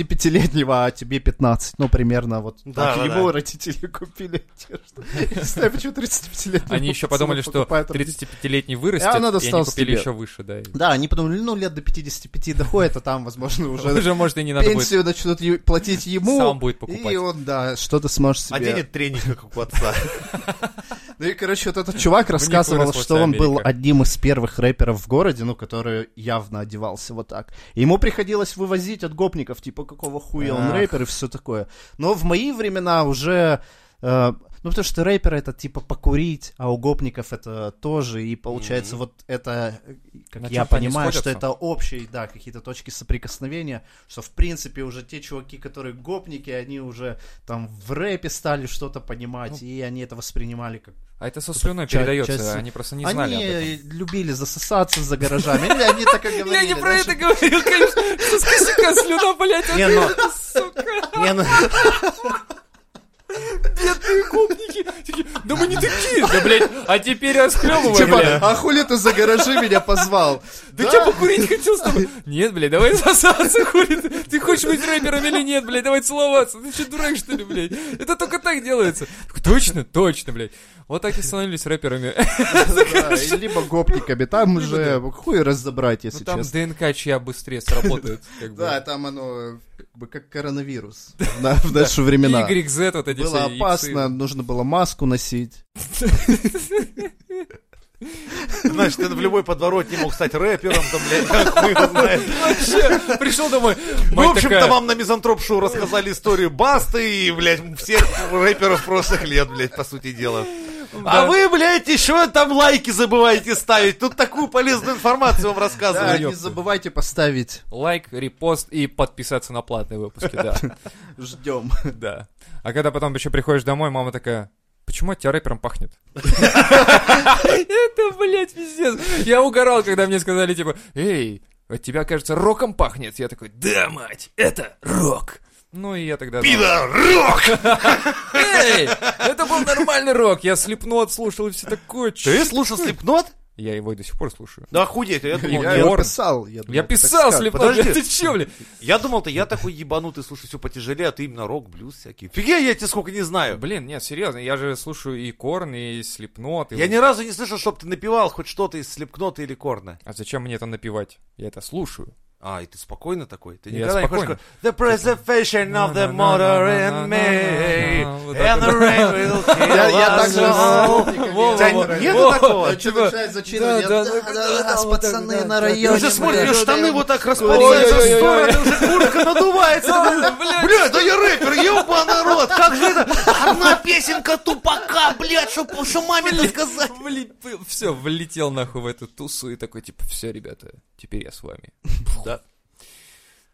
Speaker 2: 35-летнего, а тебе 15. Ну, примерно вот
Speaker 1: Да,
Speaker 2: так
Speaker 1: да,
Speaker 2: его
Speaker 1: да.
Speaker 2: родители купили одежду. Не знаю, почему 35-летнего
Speaker 3: Они еще
Speaker 2: пацана
Speaker 3: подумали, что
Speaker 2: покупают.
Speaker 3: 35-летний вырастет,
Speaker 2: И
Speaker 3: и
Speaker 2: она
Speaker 3: они
Speaker 2: досталась
Speaker 3: купили
Speaker 2: А, тебе.
Speaker 3: еще выше, да. и-
Speaker 2: Да, они подумали, ну, лет до 55 доходит, а там, возможно, уже
Speaker 3: Уже, может, и не надо будет.
Speaker 2: пенсию начнут е- платить ему.
Speaker 3: Сам будет покупать.
Speaker 2: И он, да, что-то сможет себе...
Speaker 1: Оденет тренинг, как у отца.
Speaker 2: Ну и, короче, вот этот чувак рассказывал,
Speaker 3: выросла
Speaker 2: что
Speaker 3: вся
Speaker 2: он был
Speaker 3: Америка.
Speaker 2: одним из первых рэперов в городе, ну, который явно одевался вот так. И Ему приходилось вывозить от гопников, типа, какого хуя он
Speaker 3: Ах.
Speaker 2: рэпер и все такое. Но в мои времена уже... э, ну, потому что рэпер это типа покурить, а у гопников это тоже. И получается,
Speaker 1: Мгм.
Speaker 2: вот это, э, как
Speaker 3: На
Speaker 2: я
Speaker 3: чем-то они
Speaker 2: понимаю, что
Speaker 3: сходятся.
Speaker 2: это общие, да, какие-то точки соприкосновения, что в принципе уже те чуваки, которые гопники, они уже там в рэпе стали что-то понимать,
Speaker 3: Ну,
Speaker 2: и они это воспринимали как
Speaker 3: А это со слюной
Speaker 2: ча-
Speaker 3: передается,
Speaker 2: часть-
Speaker 3: они просто не знали об этом.
Speaker 2: они любили засосаться за гаражами. Или Они так и говорили.
Speaker 3: Я не про
Speaker 2: знаешь,
Speaker 3: это говорил, конечно. Что с косяка слюна, блядь,
Speaker 1: Не,
Speaker 3: а
Speaker 1: ну-
Speaker 3: ты, сука,
Speaker 1: Не, ну,
Speaker 3: бедные гопники. Такие, Да мы не такие, да, блядь, а теперь расхлебываем,
Speaker 2: Типа,
Speaker 3: блядь.
Speaker 2: а хули ты за гаражи меня позвал?
Speaker 3: Да что, покурить хотел с тобой? Нет, блядь, давай сосаться, хули. ты. Ты хочешь быть рэпером или нет, блядь, давай целоваться. Ты что, дурак, что ли, блядь? Это только так делается. Так, Точно, точно, блядь. Вот так и становились рэперами.
Speaker 2: Да, и либо гопниками, там уже хуй разобрать,
Speaker 3: Ну
Speaker 2: если
Speaker 3: там
Speaker 2: честно.
Speaker 3: ДНК чья быстрее сработает. как бы.
Speaker 2: Да, там оно как бы как коронавирус на- в наши времена.
Speaker 3: Y, Z, вот эти
Speaker 2: Было
Speaker 3: все иксы.
Speaker 2: опасно, нужно было маску носить.
Speaker 1: знаешь, ты в любой подворотне мог стать рэпером, там, блядь, как хуй его знает.
Speaker 3: Вообще, пришел домой.
Speaker 1: Ну,
Speaker 3: мать
Speaker 1: в общем-то,
Speaker 3: такая,
Speaker 1: вам на Мизантроп Шоу рассказали историю Басты и, блядь, всех рэперов прошлых лет, блядь, по сути дела.
Speaker 3: Да.
Speaker 1: А вы, блядь, еще там лайки забываете ставить. Тут такую полезную информацию вам
Speaker 2: Да,
Speaker 1: рассказывают.
Speaker 2: не
Speaker 3: ёпта.
Speaker 2: забывайте поставить.
Speaker 3: Лайк, репост и подписаться на платные выпуски, да.
Speaker 2: Ждем.
Speaker 3: Да. А когда потом еще приходишь домой, мама такая, Почему от тебя рэпером пахнет? Это, блядь, пиздец. Я угорал, когда мне сказали, типа, эй, от тебя, кажется, роком пахнет. Я такой, да, мать, это рок. Ну и я тогда...
Speaker 1: Пидорок!
Speaker 3: Эй, это был нормальный рок. Я слепну отслушал и все такое.
Speaker 1: Ты
Speaker 3: чё?»
Speaker 1: слушал Слепнот?
Speaker 3: Я его и до сих пор слушаю.
Speaker 1: Да охуеть, я думал,
Speaker 3: Я
Speaker 2: Я
Speaker 1: я,
Speaker 3: Корн.
Speaker 2: писал. Я думал,
Speaker 3: Я писал
Speaker 2: так сказать.
Speaker 3: слепну.
Speaker 1: подожди.
Speaker 3: Ты че, блядь?
Speaker 1: я думал-то, я такой ебанутый, слушай, все потяжелее, а ты именно рок, блюз всякий. Фиге, я тебе сколько не знаю.
Speaker 3: Блин, нет, серьезно, я же слушаю и Корн, и Слепнот. и
Speaker 1: Я
Speaker 3: вот-
Speaker 1: ни разу не слышал, чтобы ты напевал хоть что-то из Слепкнота или Корна.
Speaker 3: А зачем мне это напевать? Я это слушаю.
Speaker 1: А, и ты спокойно такой? Ты
Speaker 3: Я
Speaker 1: никогда не
Speaker 3: спокойно.
Speaker 1: хочешь... The preservation of the motor in me
Speaker 3: Вот
Speaker 1: And the rain will
Speaker 2: Я, я
Speaker 1: kill
Speaker 2: так
Speaker 1: us
Speaker 2: же
Speaker 1: all.
Speaker 2: с гопниками.
Speaker 3: Во, во,
Speaker 2: Тянь-
Speaker 3: во,
Speaker 2: Нету
Speaker 3: во,
Speaker 2: такого?
Speaker 3: во,
Speaker 2: Чё
Speaker 3: типа,
Speaker 2: начинает зачитывать?
Speaker 3: да,
Speaker 2: Я-
Speaker 3: да,
Speaker 2: да,
Speaker 3: да,
Speaker 2: да, с
Speaker 3: вот так,
Speaker 2: пацаны
Speaker 3: да,
Speaker 2: на
Speaker 3: да,
Speaker 1: Ты
Speaker 2: районе.
Speaker 1: уже смотришь,
Speaker 2: блядь,
Speaker 1: штаны
Speaker 2: да,
Speaker 1: вот так
Speaker 2: Ой,
Speaker 1: распадаются в
Speaker 2: ой, ой,
Speaker 1: стороны, уже куртка надувается. Бля, да я рэпер, ебаный рот, как же это? Одна песенка тупака, блядь, чтоб что маме сказать.
Speaker 3: Все, влетел нахуй в эту тусу и такой, типа, все, ребята, теперь я с вами.
Speaker 1: Да.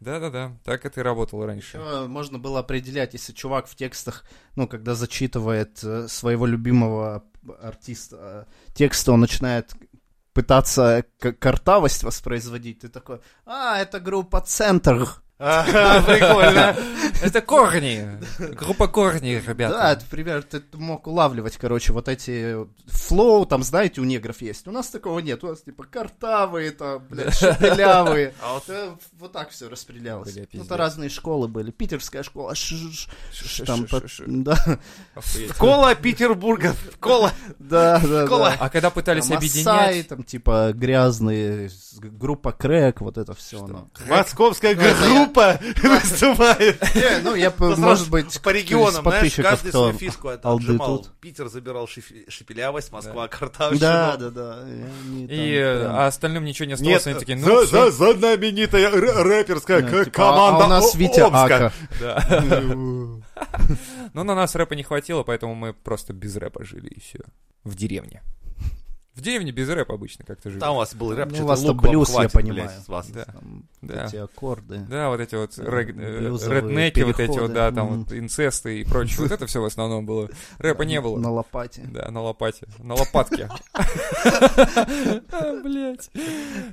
Speaker 3: Да-да-да, так это и работало раньше.
Speaker 2: Ещё Можно было определять, если чувак в текстах, ну, когда зачитывает э, своего любимого артиста э, текста, он начинает пытаться к- картавость воспроизводить. Ты такой, а, это группа «Центр».
Speaker 1: Ага, прикольно.
Speaker 3: Это Корни, группа Корни, ребята.
Speaker 2: Да, это, например, ты мог улавливать, короче, вот эти флоу, там, знаете, у негров есть. У нас такого нет. У нас, типа, картавые, там, блядь, шепелявые.
Speaker 1: А вот-
Speaker 2: Э, Вот так все распределялось.
Speaker 3: Бля,
Speaker 2: Ну,
Speaker 3: пиздец.
Speaker 2: это разные школы были. Питерская школа. ш- ш- ш- ш- там, по-
Speaker 3: Ш-ш-ш-ш.
Speaker 2: Да,
Speaker 3: Охуеть.
Speaker 1: Кола Петербурга, кола,
Speaker 2: да, да.
Speaker 1: кола.
Speaker 2: да.
Speaker 3: А когда пытались
Speaker 2: Там Массаи,
Speaker 3: объединять...
Speaker 2: там, типа, грязные, с- группа Крэк, вот это все.
Speaker 1: Московская
Speaker 2: Ну, это я.
Speaker 1: группа выступает.
Speaker 2: Ну, я,
Speaker 1: Ну,
Speaker 2: бы,
Speaker 1: сразу
Speaker 2: может быть,
Speaker 1: По регионам,
Speaker 2: кто из
Speaker 1: знаешь,
Speaker 2: подписчиков,
Speaker 1: каждый
Speaker 2: кто
Speaker 1: свою фишку
Speaker 2: алды
Speaker 1: отжимал.
Speaker 2: тут.
Speaker 1: Питер забирал шиф- шепелявость, Москва картавщина.
Speaker 2: Да, да, да. и они там
Speaker 3: И э,
Speaker 2: прям-
Speaker 3: а остальным ничего не
Speaker 1: Нет, э,
Speaker 3: осталось, они такие,
Speaker 1: за-
Speaker 3: ну
Speaker 1: за-
Speaker 3: всё».
Speaker 1: знаменитая рэ- рэперская
Speaker 2: Ну,
Speaker 1: к-
Speaker 2: типа, а-
Speaker 1: команда
Speaker 2: А у нас
Speaker 1: О-
Speaker 2: Витя
Speaker 1: Омска.
Speaker 2: Ака.
Speaker 3: Да. Но ну, на нас рэпа не хватило, поэтому мы просто без рэпа жили, и все. В деревне. В деревне без рэпа обычно как-то жили.
Speaker 1: Там у вас был рэп,
Speaker 2: Ну,
Speaker 1: что-то
Speaker 2: у вас-то
Speaker 1: лук вам
Speaker 2: блюз, я
Speaker 1: хватит,
Speaker 2: понимаю.
Speaker 1: блядь, с вас.
Speaker 3: Да.
Speaker 2: Там
Speaker 3: Да.
Speaker 2: Эти аккорды.
Speaker 3: Да, вот эти вот рэг- э,
Speaker 2: Блюзовые
Speaker 3: реднеки, вот эти вот, да, там
Speaker 2: переходы,
Speaker 3: вот инцесты и прочее. Вот это все в основном было. Рэпа не было.
Speaker 2: На лопате.
Speaker 3: Да, на лопате. На лопатке. А, Блять. Так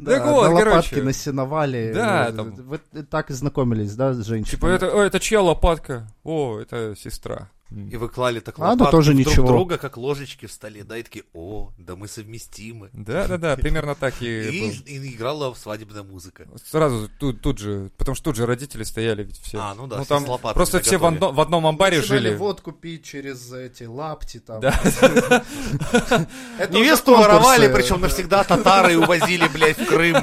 Speaker 2: Да,
Speaker 3: вот,
Speaker 2: на лопатке
Speaker 3: короче.
Speaker 2: на сеновале.
Speaker 3: Да,
Speaker 2: Э,
Speaker 3: там.
Speaker 2: Вы так и знакомились, да, с женщиной?
Speaker 3: Типа, это, о, это чья лопатка? О, это сестра.
Speaker 1: И вы клали так
Speaker 2: А, ну,
Speaker 1: лопатки
Speaker 2: тоже
Speaker 1: друг
Speaker 2: ничего.
Speaker 1: друга, как ложечки в столе, да, и такие, о, да мы совместимы.
Speaker 3: Да-да-да, примерно так
Speaker 1: И,
Speaker 3: и
Speaker 1: и играла свадебная музыка.
Speaker 3: был. Сразу тут, тут же, потому что тут же родители стояли ведь все.
Speaker 1: А, ну да,
Speaker 3: ну,
Speaker 1: все
Speaker 3: там
Speaker 1: с лопатами
Speaker 3: просто все в,
Speaker 1: наготове.
Speaker 3: одно- в одном амбаре
Speaker 2: Начинали
Speaker 3: жили.
Speaker 2: водку пить через эти лапти там.
Speaker 3: Да.
Speaker 2: Это
Speaker 1: Невесту
Speaker 2: уже конкурсы.
Speaker 1: воровали, причем навсегда татары увозили, блядь, в Крым.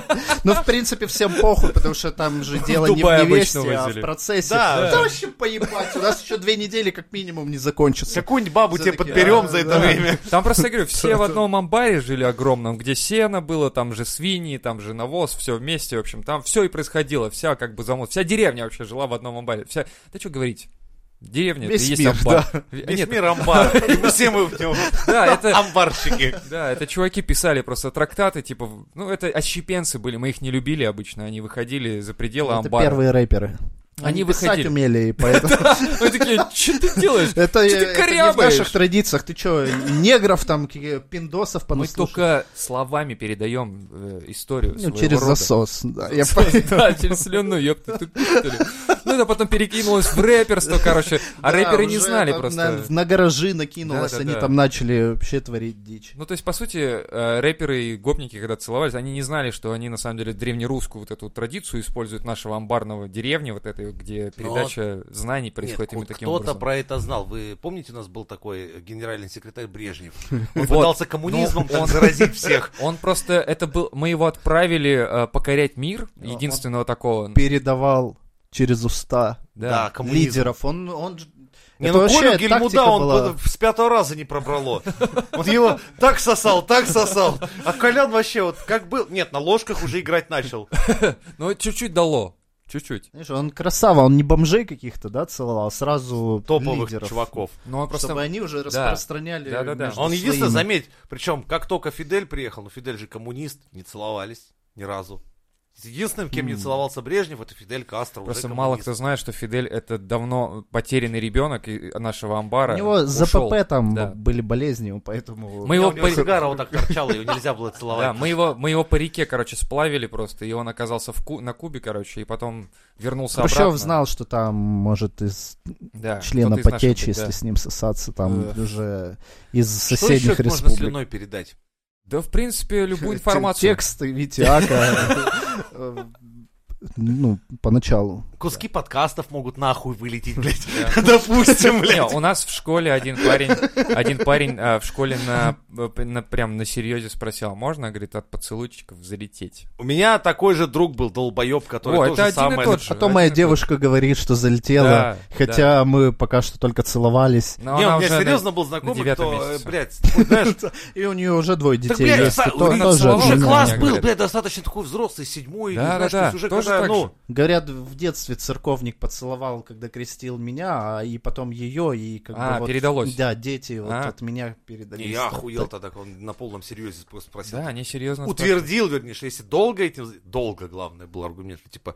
Speaker 2: Ну, в принципе, всем похуй, потому что там же дело не в
Speaker 3: Дубай обычно
Speaker 2: невесте, а в
Speaker 3: возили.
Speaker 2: процессе.
Speaker 1: Да.
Speaker 2: Да вообще поебать, у нас еще две недели как минимум не закончится.
Speaker 1: Какую-нибудь бабу
Speaker 2: Все
Speaker 1: тебе
Speaker 2: такие,
Speaker 1: подберем
Speaker 2: «А,
Speaker 1: за это
Speaker 2: да».
Speaker 1: время.
Speaker 3: Там просто, я говорю, все в одном амбаре жили огромном, где сено было, там же свиньи, там же навоз, все вместе, в общем, там все и происходило, вся как бы замот, вся деревня вообще жила в одном амбаре. Вся... Да что говорить? Деревня,
Speaker 2: Весь
Speaker 3: это и
Speaker 2: мир,
Speaker 3: есть амбар. Э,
Speaker 1: Весь
Speaker 3: нет,
Speaker 1: мир амбар. И мы все мы в нем.
Speaker 3: Да, это,
Speaker 1: Амбарщики.
Speaker 3: да, это чуваки писали просто трактаты, типа, в- ну, это отщепенцы были, мы их не любили обычно, они выходили за пределы
Speaker 2: Это
Speaker 3: амбара.
Speaker 2: первые рэперы.
Speaker 3: Они
Speaker 2: писать
Speaker 3: выходили.
Speaker 2: умели, и поэтому...
Speaker 3: Мы такие, что ты делаешь?
Speaker 2: Это,
Speaker 3: Чё ты
Speaker 2: это не в
Speaker 3: корябаешь?
Speaker 2: наших традициях. Ты что, негров там, какие- пиндосов
Speaker 3: Мы
Speaker 2: понаслушал?
Speaker 3: только словами передаем э, историю
Speaker 2: Ну,
Speaker 3: своего
Speaker 2: через
Speaker 3: рода.
Speaker 2: засос. да, я понял.
Speaker 3: Да, через слюну, ёпта, ты тупишь, что ли? Ну, это потом перекинулось в рэперство, короче. А
Speaker 2: Да,
Speaker 3: рэперы не
Speaker 2: уже
Speaker 3: знали
Speaker 2: там
Speaker 3: просто.
Speaker 2: На, на гаражи накинулось,
Speaker 3: Да-да-да.
Speaker 2: они там начали вообще творить дичь.
Speaker 3: Ну, то есть, по сути, э, рэперы и гопники, когда целовались, они не знали, что они, на самом деле, древнерусскую вот эту традицию используют нашего амбарного деревни, вот этой, где передача знаний
Speaker 1: Нет,
Speaker 3: происходит именно таким
Speaker 1: кто-то
Speaker 3: образом.
Speaker 1: про это знал. Вы помните, у нас был такой э, генеральный секретарь Брежнев? Он пытался коммунизмом так
Speaker 3: Ну, он-
Speaker 1: заразить всех.
Speaker 3: Он просто, это был, мы его отправили э, покорять мир, единственного такого.
Speaker 2: Передавал через уста
Speaker 1: Да,
Speaker 3: Да.
Speaker 1: коммунизм.
Speaker 2: лидеров. Он, он... ж-
Speaker 1: Не,
Speaker 2: Это
Speaker 1: ну
Speaker 2: вообще
Speaker 1: Колю
Speaker 2: тактика
Speaker 1: Гельмуда он
Speaker 2: была.
Speaker 1: под- с пятого раза не пробрало. Вот его так сосал, так сосал. А Колян вообще вот как был... Нет, на ложках уже играть начал.
Speaker 3: Но чуть-чуть дало, чуть-чуть.
Speaker 2: Знаешь, он красава, он не бомжей каких-то, да, целовал, а сразу
Speaker 1: Топовых
Speaker 2: лидеров.
Speaker 1: чуваков.
Speaker 3: Но он просто
Speaker 2: Чтобы они уже распространяли.
Speaker 3: Да-да-да.
Speaker 2: между
Speaker 1: Он единственное,
Speaker 2: своими.
Speaker 1: заметь, причем как только Фидель приехал, ну Фидель же коммунист, не целовались ни разу. С Единственным, кем не целовался Брежнев, это Фидель Кастро. уже
Speaker 3: Просто мало
Speaker 1: коммунист.
Speaker 3: кто знает, что Фидель это давно потерянный ребенок и- нашего амбара.
Speaker 2: У него
Speaker 3: Ушел.
Speaker 2: ЗПП там
Speaker 3: Да.
Speaker 2: были болезни, поэтому...
Speaker 3: Мы его
Speaker 1: У него
Speaker 3: пар-
Speaker 1: сигара вот так торчала, ее нельзя было целовать.
Speaker 3: Да, мы его, мы его по реке, короче, сплавили просто, и он оказался в Ку- на Кубе, короче, и потом вернулся
Speaker 2: Хрущев
Speaker 3: обратно.
Speaker 2: знал, что там может из
Speaker 3: да,
Speaker 2: члена
Speaker 3: кто-то из наших
Speaker 2: потечь,
Speaker 3: был,
Speaker 2: если
Speaker 3: да.
Speaker 2: с ним сосаться, там
Speaker 3: Эх.
Speaker 2: уже из
Speaker 1: Что еще
Speaker 2: соседних
Speaker 1: можно
Speaker 2: республик.
Speaker 1: слюной передать?
Speaker 3: Да, в принципе, любую
Speaker 2: Те-
Speaker 3: информацию.
Speaker 2: Тексты Витяка. э, Ну, поначалу.
Speaker 1: Куски подкастов могут нахуй вылететь, блядь. Допустим,
Speaker 3: Не,
Speaker 1: блядь.
Speaker 3: у нас в школе один парень, один парень а, в школе на, на- прям на серьезе спросил, «А можно, говорит, от поцелуйчиков залететь.
Speaker 1: У меня такой же друг был долбоеб, который
Speaker 3: О,
Speaker 1: тоже
Speaker 3: это один и
Speaker 1: самое
Speaker 3: тот же.
Speaker 2: А то моя
Speaker 3: один и тот
Speaker 2: девушка говорит, что
Speaker 3: Да,
Speaker 2: залетела, хотя мы пока что только целовались.
Speaker 3: Но
Speaker 1: Не,
Speaker 3: она
Speaker 1: у меня
Speaker 3: уже на-
Speaker 1: серьезно был знакомый,
Speaker 3: девятом
Speaker 1: кто, э,
Speaker 3: месяце.
Speaker 1: блядь, вот знаешь,
Speaker 2: И у нее уже двое
Speaker 1: так,
Speaker 2: детей
Speaker 1: блядь,
Speaker 2: есть.
Speaker 1: са-
Speaker 2: и то-
Speaker 1: уже
Speaker 2: тоже от
Speaker 1: уже
Speaker 2: меня.
Speaker 1: класс
Speaker 3: меня
Speaker 1: был,
Speaker 3: говорят.
Speaker 1: блядь, достаточно такой взрослый, седьмой, или,
Speaker 3: Да, да,
Speaker 1: знаешь, то
Speaker 3: да,
Speaker 1: есть уже
Speaker 3: тоже
Speaker 1: когда,
Speaker 3: так
Speaker 1: ну,
Speaker 3: же.
Speaker 2: Говорят, в детстве церковник поцеловал, когда крестил меня, а и потом ее, и как
Speaker 3: А,
Speaker 2: бы вот-
Speaker 3: передалось.
Speaker 2: Да, дети вот
Speaker 3: А.
Speaker 2: от меня передали.
Speaker 1: Не, я охуел тогда, как он на полном серьезе просто спросил.
Speaker 3: Да, они серьезно
Speaker 1: Утвердил, вернее, что если долго этим... Долго, главное, был аргумент, что, типа,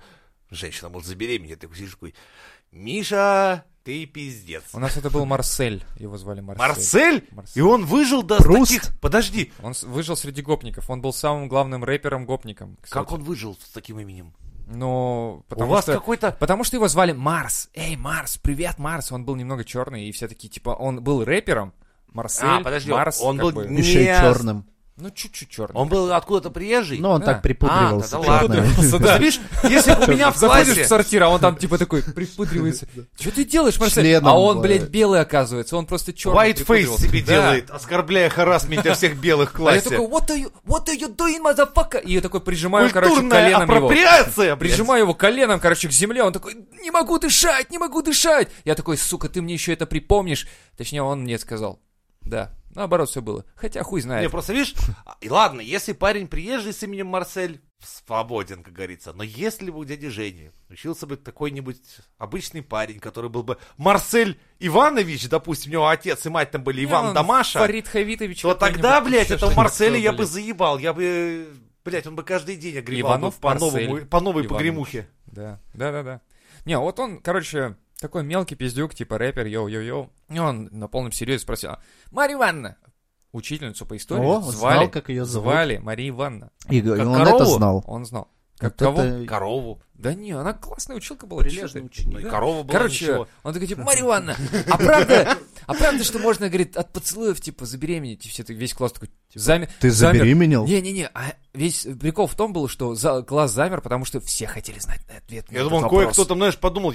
Speaker 1: женщина может забеременеть. Ты сидишь такой, Миша, ты пиздец.
Speaker 3: У нас это был Марсель, его звали Марсель.
Speaker 1: Марсель? И
Speaker 3: Марсель.
Speaker 1: он выжил до
Speaker 2: Пруст?
Speaker 1: таких... Подожди,
Speaker 3: Он с- выжил среди гопников, он был самым главным рэпером-гопником. кстати.
Speaker 1: как он выжил с таким именем?
Speaker 3: Но
Speaker 1: У
Speaker 3: потому
Speaker 1: вас
Speaker 3: что...
Speaker 1: какой-то...
Speaker 3: Потому что его звали Марс. Эй, Марс, привет, Марс. Он был немного черный, и все такие, типа, он был рэпером. Марсель,
Speaker 1: А, подожди, он-
Speaker 3: Марс,
Speaker 1: он
Speaker 3: как
Speaker 1: был
Speaker 3: бы-
Speaker 1: не-
Speaker 2: Еще и
Speaker 1: Не,
Speaker 2: черным.
Speaker 3: ну чуть-чуть черный.
Speaker 1: Он был откуда-то приезжий?
Speaker 2: Но Ну, он
Speaker 3: Да.
Speaker 2: так припудривался.
Speaker 1: А, тогда ладно.
Speaker 2: черное.
Speaker 1: Да. Видишь, если бы у меня в
Speaker 3: Заходишь в
Speaker 1: классе...
Speaker 3: сортир, а он там типа такой припудривается. Что ты делаешь, Марсель?
Speaker 2: Членом,
Speaker 3: а он,
Speaker 2: э,
Speaker 3: блядь, белый оказывается. Он просто черный.
Speaker 1: Whiteface себе делает, оскорбляя харасментя всех белых в
Speaker 3: А я
Speaker 1: классе.
Speaker 3: такой, what are you, what are you doing, motherfucker? И я такой прижимаю, короче,
Speaker 1: Культурная
Speaker 3: коленом его.
Speaker 1: апроприация, блядь.
Speaker 3: Прижимаю его коленом, короче, к земле. Он такой, не могу дышать, не могу дышать. Я такой, сука, ты мне еще это припомнишь. Точнее, он мне сказал. Да, наоборот, все было. Хотя хуй
Speaker 1: Не,
Speaker 3: знает.
Speaker 1: просто видишь, а, и ладно, если парень приезжий с именем Марсель, свободен, как говорится. Но если бы у дяди Жени учился бы такой-нибудь обычный парень, который был бы Марсель Иванович, допустим, у него отец и мать там были Иван
Speaker 3: Он
Speaker 1: Дамаша,
Speaker 3: Ну, Фарид Хавитович.
Speaker 1: то
Speaker 3: какой-нибудь,
Speaker 1: тогда, блядь,
Speaker 3: еще
Speaker 1: этого
Speaker 3: что-нибудь
Speaker 1: Марселя я
Speaker 3: такое,
Speaker 1: бы
Speaker 3: блядь.
Speaker 1: заебал, я бы... Блять, он бы каждый день огревал
Speaker 3: Иванов,
Speaker 1: бы по, новому,
Speaker 3: Марсель,
Speaker 1: по новой
Speaker 3: Иванович.
Speaker 1: погремухе.
Speaker 3: Да, да, да, да. Не, вот он, короче, такой мелкий пиздюк, типа рэпер, йоу-йоу-йоу. И он на полном серьезе спросил, «А, Марья Ивановна, учительницу по истории,
Speaker 2: О,
Speaker 3: звали,
Speaker 2: знал, как ее зовут.
Speaker 3: звали Мария Ивановна.
Speaker 2: И г-
Speaker 1: Как
Speaker 2: он это
Speaker 1: корову?
Speaker 2: знал.
Speaker 3: Он знал. Как
Speaker 2: Вот
Speaker 3: кого?
Speaker 2: это-
Speaker 1: Корову.
Speaker 3: Да не, она классная училка была,
Speaker 2: Прилежный
Speaker 3: чё ты.
Speaker 1: Ну и
Speaker 2: ученик.
Speaker 1: корова была
Speaker 3: Короче,
Speaker 1: ничего.
Speaker 3: он такой, типа, Марья Ивановна, а правда, а правда, что можно, говорит, от поцелуев, типа, забеременеть? И все, так- весь класс такой, замер.
Speaker 2: Ты
Speaker 3: замер.
Speaker 2: забеременел?
Speaker 3: Не-не-не, а весь прикол в том был, что за, класс замер, потому что все хотели знать ответ на
Speaker 1: Я
Speaker 3: этот
Speaker 1: думал,
Speaker 3: вопрос.
Speaker 1: кое-кто там, знаешь, подумал,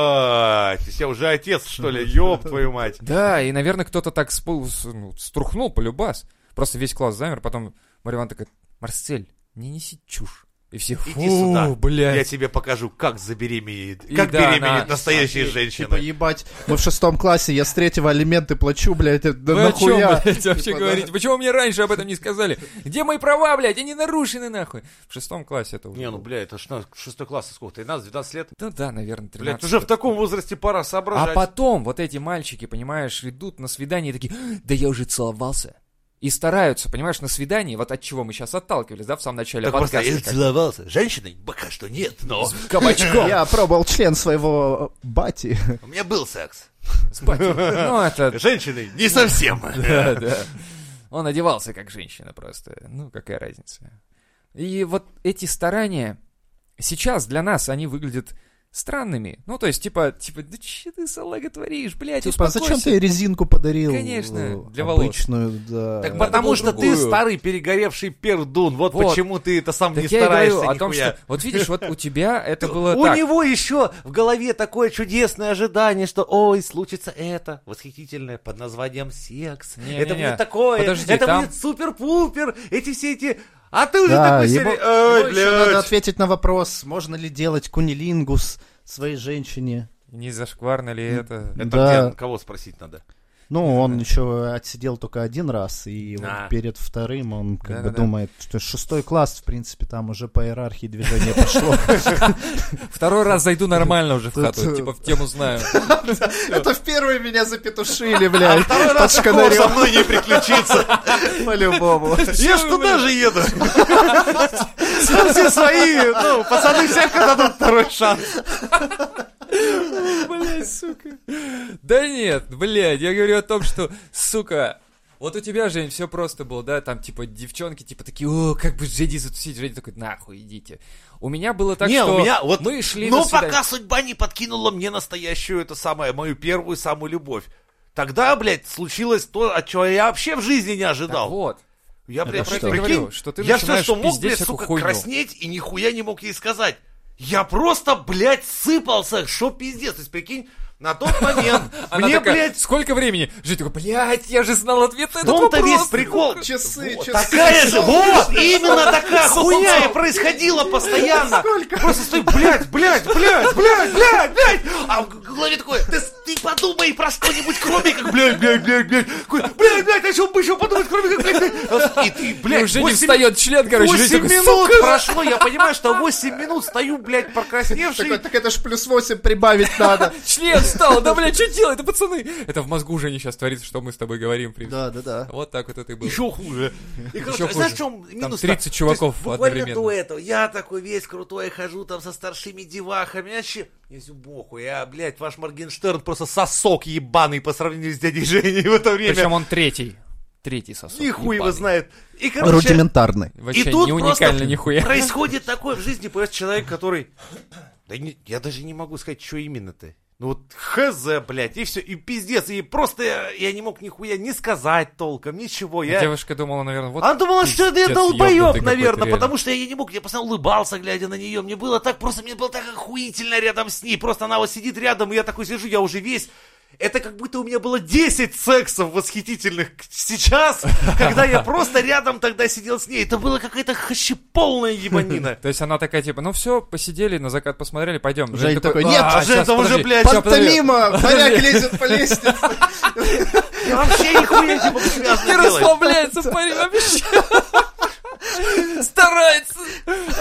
Speaker 1: ебать, то есть я уже отец, что ли, ёб твою мать.
Speaker 3: Да, и, наверное, кто-то так спу- с- ну, струхнул полюбас. Просто весь класс замер, потом Мариван такая, Марсель, не неси чушь. И все, фу,
Speaker 1: Иди сюда.
Speaker 3: блядь.
Speaker 1: Я тебе покажу, как забеременеет.
Speaker 3: И
Speaker 1: Как
Speaker 3: да,
Speaker 1: беременеет
Speaker 3: она-
Speaker 1: настоящая
Speaker 2: Смотри,
Speaker 1: женщина.
Speaker 2: Типа, ебать, мы в шестом классе, я с третьего алименты плачу, блядь, это да
Speaker 3: Вы о чем,
Speaker 2: нахуя?
Speaker 3: блядь, вообще
Speaker 2: Типа, да.
Speaker 3: говорите? Почему мне раньше об этом не сказали? Где мои права, блядь? Они нарушены, нахуй. В шестом классе это уже.
Speaker 1: Не, ну,
Speaker 3: было.
Speaker 1: бля, это ж на шестой класс, сколько, 13-12 лет?
Speaker 3: Да, да, наверное, 13.
Speaker 1: Блядь, уже в таком возрасте пора соображать.
Speaker 3: А потом вот эти мальчики, понимаешь, идут на свидание и такие, «А, да я уже целовался. И стараются, понимаешь, на свидании, вот от чего мы сейчас отталкивались, да, в самом начале
Speaker 1: так просто, я
Speaker 3: подкаста.
Speaker 1: целовался с женщиной? Пока что нет, но
Speaker 3: как С кабачком.
Speaker 2: Я пробовал член своего бати.
Speaker 1: у меня был секс.
Speaker 3: с батей. Ну, это...
Speaker 1: С женщиной не совсем.
Speaker 3: Да, да. Он одевался как женщина просто. Ну, какая разница. И вот эти старания сейчас для нас, они выглядят странными. Ну, то есть, типа, типа, да че ты, салага, творишь, блядь,
Speaker 2: Типа, зачем
Speaker 3: успокойся».
Speaker 2: ты резинку подарил?
Speaker 3: Конечно, для волос.
Speaker 2: Обычную, да.
Speaker 1: Так
Speaker 3: надо
Speaker 1: потому
Speaker 3: было
Speaker 1: что ты
Speaker 3: другую.
Speaker 1: старый перегоревший пердун. Вот,
Speaker 3: Вот.
Speaker 1: почему ты это сам
Speaker 3: Так
Speaker 1: не
Speaker 3: я и
Speaker 1: стараешься
Speaker 3: говорю о том,
Speaker 1: нихуя.
Speaker 3: что... Вот видишь, вот у тебя это было
Speaker 1: У
Speaker 3: так.
Speaker 1: него еще в голове такое чудесное ожидание, что ой, случится это восхитительное под названием секс.
Speaker 3: Не-не-не,
Speaker 1: это будет такое,
Speaker 3: подожди,
Speaker 1: это
Speaker 3: там-
Speaker 1: будет супер-пупер, эти все эти. А ты уже
Speaker 2: Да,
Speaker 1: такой
Speaker 2: ему-
Speaker 1: сери- Ой,
Speaker 2: Ему еще надо
Speaker 1: блядь.
Speaker 2: ответить на вопрос, можно ли делать кунилингус своей женщине.
Speaker 3: Не зашкварно ли это?
Speaker 1: Это
Speaker 2: Да.
Speaker 1: где, кого спросить надо?
Speaker 2: Ну, он еще отсидел только один раз, и вот
Speaker 1: Да.
Speaker 2: перед вторым он как бы
Speaker 3: Да-да-да.
Speaker 2: думает, что шестой класс, в принципе, там уже по иерархии движение пошло.
Speaker 3: Второй раз зайду нормально уже в
Speaker 2: Тут,
Speaker 3: хату,
Speaker 2: э,
Speaker 3: типа в тему знаю.
Speaker 2: Это в первый меня запетушили, блядь, под
Speaker 1: Такого со
Speaker 2: шканарем,
Speaker 1: мной не приключится.
Speaker 2: по-любому.
Speaker 1: Я ж туда же еду. Там все свои, ну, пацаны всяко дадут второй шанс.
Speaker 3: Блядь, сука. Да нет, блядь, я говорю о том, что, сука, вот у тебя, Жень, все просто было, да, там, типа, девчонки, типа, такие, о, как бы с Женей затусить, Женя такой, нахуй, идите. У меня было так,
Speaker 1: не,
Speaker 3: что
Speaker 1: у меня вот...
Speaker 3: мы шли
Speaker 1: но
Speaker 3: на свидание.
Speaker 1: пока судьба не подкинула мне настоящую, это самое, мою первую самую любовь. Тогда, блядь, случилось то, от чего я вообще в жизни не
Speaker 3: Так
Speaker 1: ожидал.
Speaker 3: вот,
Speaker 1: я,
Speaker 3: я
Speaker 1: блядь,
Speaker 3: про это
Speaker 1: прикинь,
Speaker 3: говорю, что ты
Speaker 1: я все,
Speaker 3: начинаешь
Speaker 1: что мог,
Speaker 3: пиздеть
Speaker 1: блядь,
Speaker 3: всякую
Speaker 1: сука,
Speaker 3: хуйню.
Speaker 1: краснеть и нихуя не мог ей сказать. Я просто, блядь, сыпался, что пиздец. То есть, прикинь, на тот момент
Speaker 3: Она
Speaker 1: мне,
Speaker 3: такая,
Speaker 1: блядь,
Speaker 3: сколько времени? Жень такой, блядь, я же знал ответ на
Speaker 1: в
Speaker 3: этот
Speaker 1: том-то
Speaker 3: вопрос.
Speaker 1: весь прикол.
Speaker 2: Часы,
Speaker 1: Такая же, вот, именно такая хуйня и происходила постоянно. Просто стой, блядь, блядь, блядь, блядь, блядь, блядь. А в голове такое, ты, ты подумай про что-нибудь, кроме как, блядь, блядь, блядь, блядь. Какой, Блядь, блядь, о чем бы еще подумать, кроме как, блядь, блядь. И ты,
Speaker 3: И
Speaker 1: блядь,
Speaker 3: уже не
Speaker 1: восемь-
Speaker 3: встает член, короче, Жень
Speaker 1: восемь
Speaker 3: такой,
Speaker 1: минут
Speaker 3: сука,
Speaker 1: прошло, я понимаю, что 8 минут стою, блядь, прокрасневший.
Speaker 2: Так это ж плюс 8 прибавить надо.
Speaker 3: Член встал, да, блядь, что делать, да, пацаны? Это в мозгу уже не сейчас творится, что мы с тобой говорим. при-
Speaker 2: Да, да, да.
Speaker 3: Вот так вот это и было.
Speaker 1: Еще хуже. И, короче, а
Speaker 3: Еще
Speaker 1: знаешь,
Speaker 3: хуже.
Speaker 1: в чем минус?
Speaker 3: 30 чуваков
Speaker 1: буквально
Speaker 3: одновременно.
Speaker 1: до этого. Я такой весь крутой хожу там со старшими девахами. Я вообще... Я боху, я, блядь, ваш Моргенштерн просто сосок ебаный по сравнению с дядей Женей в это время.
Speaker 3: Причем он третий. Третий сосок.
Speaker 1: Нихуй его
Speaker 3: ебаный.
Speaker 1: знает. И, короче,
Speaker 2: Рудиментарный.
Speaker 3: Вообще
Speaker 1: И тут
Speaker 3: не
Speaker 1: просто
Speaker 3: уникально нихуя.
Speaker 1: происходит такое в жизни, появляется человек, который... Да не- я даже не могу сказать, что именно-то. Ну вот хз, блядь, и все, и пиздец, и просто я, я не мог нихуя не сказать толком, ничего. Я...
Speaker 3: Девушка думала, наверное, вот...
Speaker 1: Она думала, что это я
Speaker 3: пиздец, ёбнутый
Speaker 1: долбоеб,
Speaker 3: какой-то
Speaker 1: наверное,
Speaker 3: реально.
Speaker 1: потому что я ей не мог, я постоянно улыбался, глядя на нее. Мне было так, просто мне было так охуительно рядом с ней. Просто она вот сидит рядом, и я такой сижу, я уже весь... Это как будто у меня было 10 сексов восхитительных к- сейчас, когда я просто рядом тогда сидел с ней. Это было какая-то хощеполная ебанина.
Speaker 3: То есть она такая, типа, ну все, посидели, на закат посмотрели, пойдем.
Speaker 2: Жень такой, нет,
Speaker 1: а Жень, это уже, блядь,
Speaker 3: сейчас, подожди.
Speaker 2: Пантомима! Моряк лезет по лестнице.
Speaker 1: Я вообще нихуя не мог связно
Speaker 3: Не
Speaker 1: делать.
Speaker 3: расслабляется парень вообще. Старается.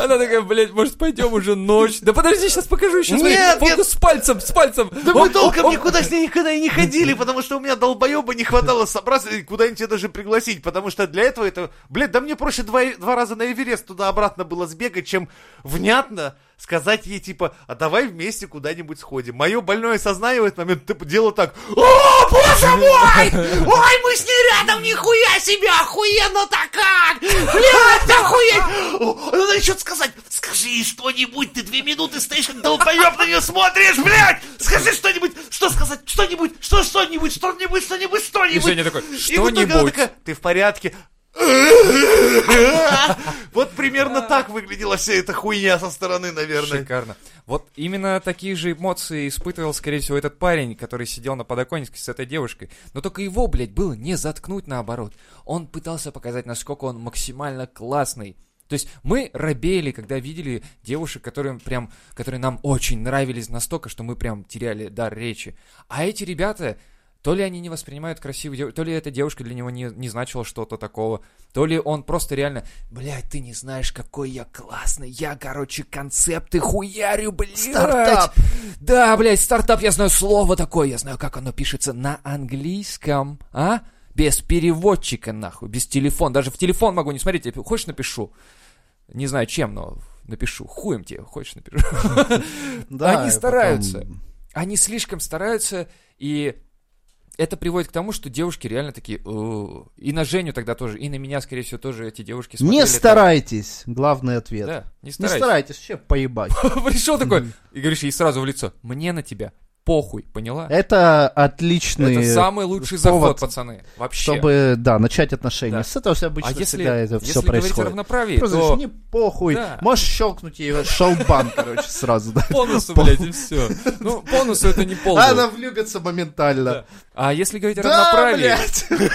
Speaker 3: Она такая, блядь, может, пойдем уже ночь. Да подожди, сейчас покажу еще.
Speaker 1: Нет, нет.
Speaker 3: Фокус с пальцем, с пальцем.
Speaker 1: Да мы
Speaker 3: Оп,
Speaker 1: толком
Speaker 3: оп,
Speaker 1: никуда с ней никогда и не ходили, потому что у меня долбоеба не хватало собраться и куда-нибудь её даже пригласить, потому что для этого это... Блядь, да мне проще два, два раза на Эверест туда-обратно было сбегать, чем внятно сказать ей, типа, а давай вместе куда-нибудь сходим. Мое больное сознание в этот момент типа, дело так... О, боже мой! Ой, мы с ней рядом, нихуя себе, охуенно-то как! Блядь, охуеть! О, Надо еще сказать, скажи ей что-нибудь, ты две минуты стоишь, как долбоеб на нее смотришь, блядь! Скажи что-нибудь, что сказать, что-нибудь, что, что-нибудь, что-нибудь, что-нибудь, что-нибудь!
Speaker 3: И Женя такой,
Speaker 1: И в итоге она
Speaker 3: «Что-нибудь».
Speaker 1: такая, ты в порядке? Вот примерно так выглядела вся эта хуйня со стороны, наверное.
Speaker 3: Шикарно. Вот именно такие же эмоции испытывал, скорее всего, этот парень, который сидел на подоконнике с этой девушкой. Но только его, блядь, было не заткнуть наоборот. Он пытался показать, насколько он максимально классный. То есть мы робели, когда видели девушек, которые прям, которые нам очень нравились настолько, что мы прям теряли дар речи. А эти ребята, то ли они не воспринимают красивую девушку, то ли эта девушка для него не, не значила что-то такого, то ли он просто реально, блядь, ты не знаешь, какой я классный, я, короче, концепты хуярю, блядь.
Speaker 2: Стартап.
Speaker 3: Да, блядь, стартап, я знаю слово такое, я знаю, как оно пишется на английском, а? Без переводчика, нахуй, без телефона, даже в телефон могу не смотреть, я пи- хочешь напишу? Не знаю чем, но напишу, хуем тебе, хочешь напишу. Они
Speaker 2: и
Speaker 3: стараются. Они слишком стараются, и это приводит к тому, что девушки реально такие... «О». И на Женю тогда тоже, и на меня, скорее всего, тоже эти девушки смотрели.
Speaker 2: Не
Speaker 3: так.
Speaker 2: старайтесь, главный ответ.
Speaker 3: Да, не
Speaker 2: Не
Speaker 3: старайся.
Speaker 2: старайтесь, вообще поебать.
Speaker 3: Пришел такой, и говоришь ей сразу в лицо, мне на тебя похуй, поняла?
Speaker 2: Это
Speaker 3: Это
Speaker 2: отличный
Speaker 3: самый лучший
Speaker 2: Э, ну повод,
Speaker 3: заход, пацаны. Вообще.
Speaker 2: чтобы, да, начать отношения.
Speaker 3: Да.
Speaker 2: С этого все обычно
Speaker 3: а если,
Speaker 2: всегда это
Speaker 3: если
Speaker 2: все
Speaker 3: говорить о
Speaker 2: происходит.
Speaker 3: равноправии,
Speaker 2: Просто
Speaker 3: то
Speaker 2: знаешь, не похуй.
Speaker 3: Да.
Speaker 2: Можешь щелкнуть ее шелбан, короче, сразу, да.
Speaker 3: бонусу, блядь, и все. Ну, бонусу это не полный.
Speaker 2: Она влюбится моментально.
Speaker 3: А если говорить о
Speaker 2: А, ну Да,
Speaker 3: равноправии...
Speaker 2: блядь!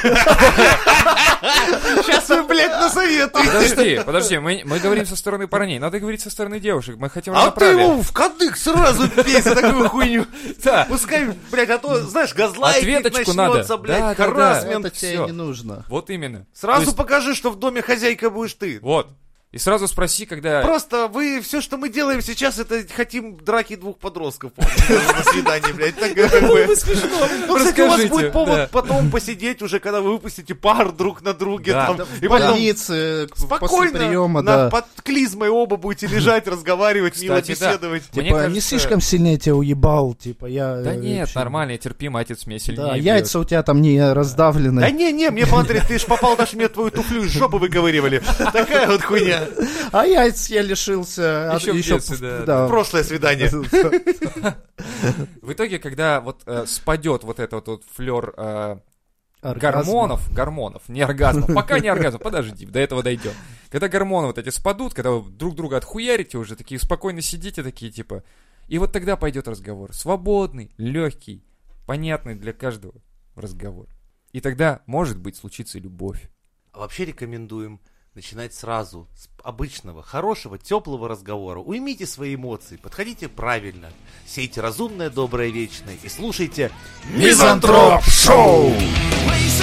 Speaker 1: Сейчас вы, блядь, насоветуете.
Speaker 3: Подожди, подожди, мы, мы говорим со стороны парней, надо говорить со стороны девушек, мы хотим
Speaker 1: А ты
Speaker 3: равноправия.
Speaker 1: ему в кадык сразу пей за такую хуйню.
Speaker 3: Да.
Speaker 1: Пускай, блядь, а то, знаешь, газлайтинг
Speaker 3: Ответочку
Speaker 1: начнется,
Speaker 3: надо. Да,
Speaker 1: блядь,
Speaker 3: да, да.
Speaker 1: харасмент.
Speaker 2: Это тебе
Speaker 3: всё.
Speaker 2: не нужно.
Speaker 3: Вот именно.
Speaker 1: Сразу
Speaker 3: То есть-
Speaker 1: покажи, что в доме хозяйка будешь ты.
Speaker 3: Вот. И сразу спроси, когда...
Speaker 1: Просто вы, все, что мы делаем сейчас, это хотим драки двух подростков. помните, На свидание, блядь. Так, как бы.
Speaker 3: смешно.
Speaker 1: Ну, кстати, у вас
Speaker 3: Расскажите,
Speaker 1: будет повод
Speaker 3: да.
Speaker 1: потом посидеть уже, когда вы выпустите пар друг на друге.
Speaker 3: Да,
Speaker 1: там,
Speaker 3: да,
Speaker 1: и
Speaker 2: В
Speaker 1: потом
Speaker 2: больнице, после
Speaker 1: спокойно
Speaker 2: приема,
Speaker 1: на-
Speaker 2: да.
Speaker 1: под клизмой оба будете лежать, разговаривать, мило
Speaker 3: Кстати, да.
Speaker 1: беседовать.
Speaker 3: Мне
Speaker 2: Типа, не
Speaker 3: кажется-
Speaker 2: слишком сильно я тебя уебал, типа, я...
Speaker 3: Да
Speaker 2: э,
Speaker 3: нет,
Speaker 2: вообще-
Speaker 3: нормально, я терпим, отец меня сильнее
Speaker 2: Да,
Speaker 3: бьет.
Speaker 2: яйца у тебя там не раздавлены.
Speaker 1: Да не, не, мне понравилось, ты ж попал, даже мне твою туфлю из жопы выковыривали. Такая вот хуйня.
Speaker 2: А яйц я лишился. а
Speaker 3: Ещё в
Speaker 2: ещё
Speaker 3: детстве,
Speaker 2: п-
Speaker 3: да,
Speaker 1: Прошлое свидание.
Speaker 3: В итоге, когда вот э, спадет вот этот вот э, флер
Speaker 2: Оргазм.
Speaker 3: гормонов, гормонов, не оргазмов, пока не оргазмов, подожди, до этого дойдем. Когда гормоны вот эти спадут, когда вы друг друга отхуярите уже, такие спокойно сидите, такие типа... И вот тогда пойдет разговор. Свободный, легкий, понятный для каждого разговор. И тогда, может быть, случится любовь.
Speaker 1: А Вообще рекомендуем начинать сразу с обычного, хорошего, теплого разговора. Уймите свои эмоции, подходите правильно, сейте разумное, доброе, вечное и слушайте
Speaker 2: Мизантроп Шоу!
Speaker 4: Waste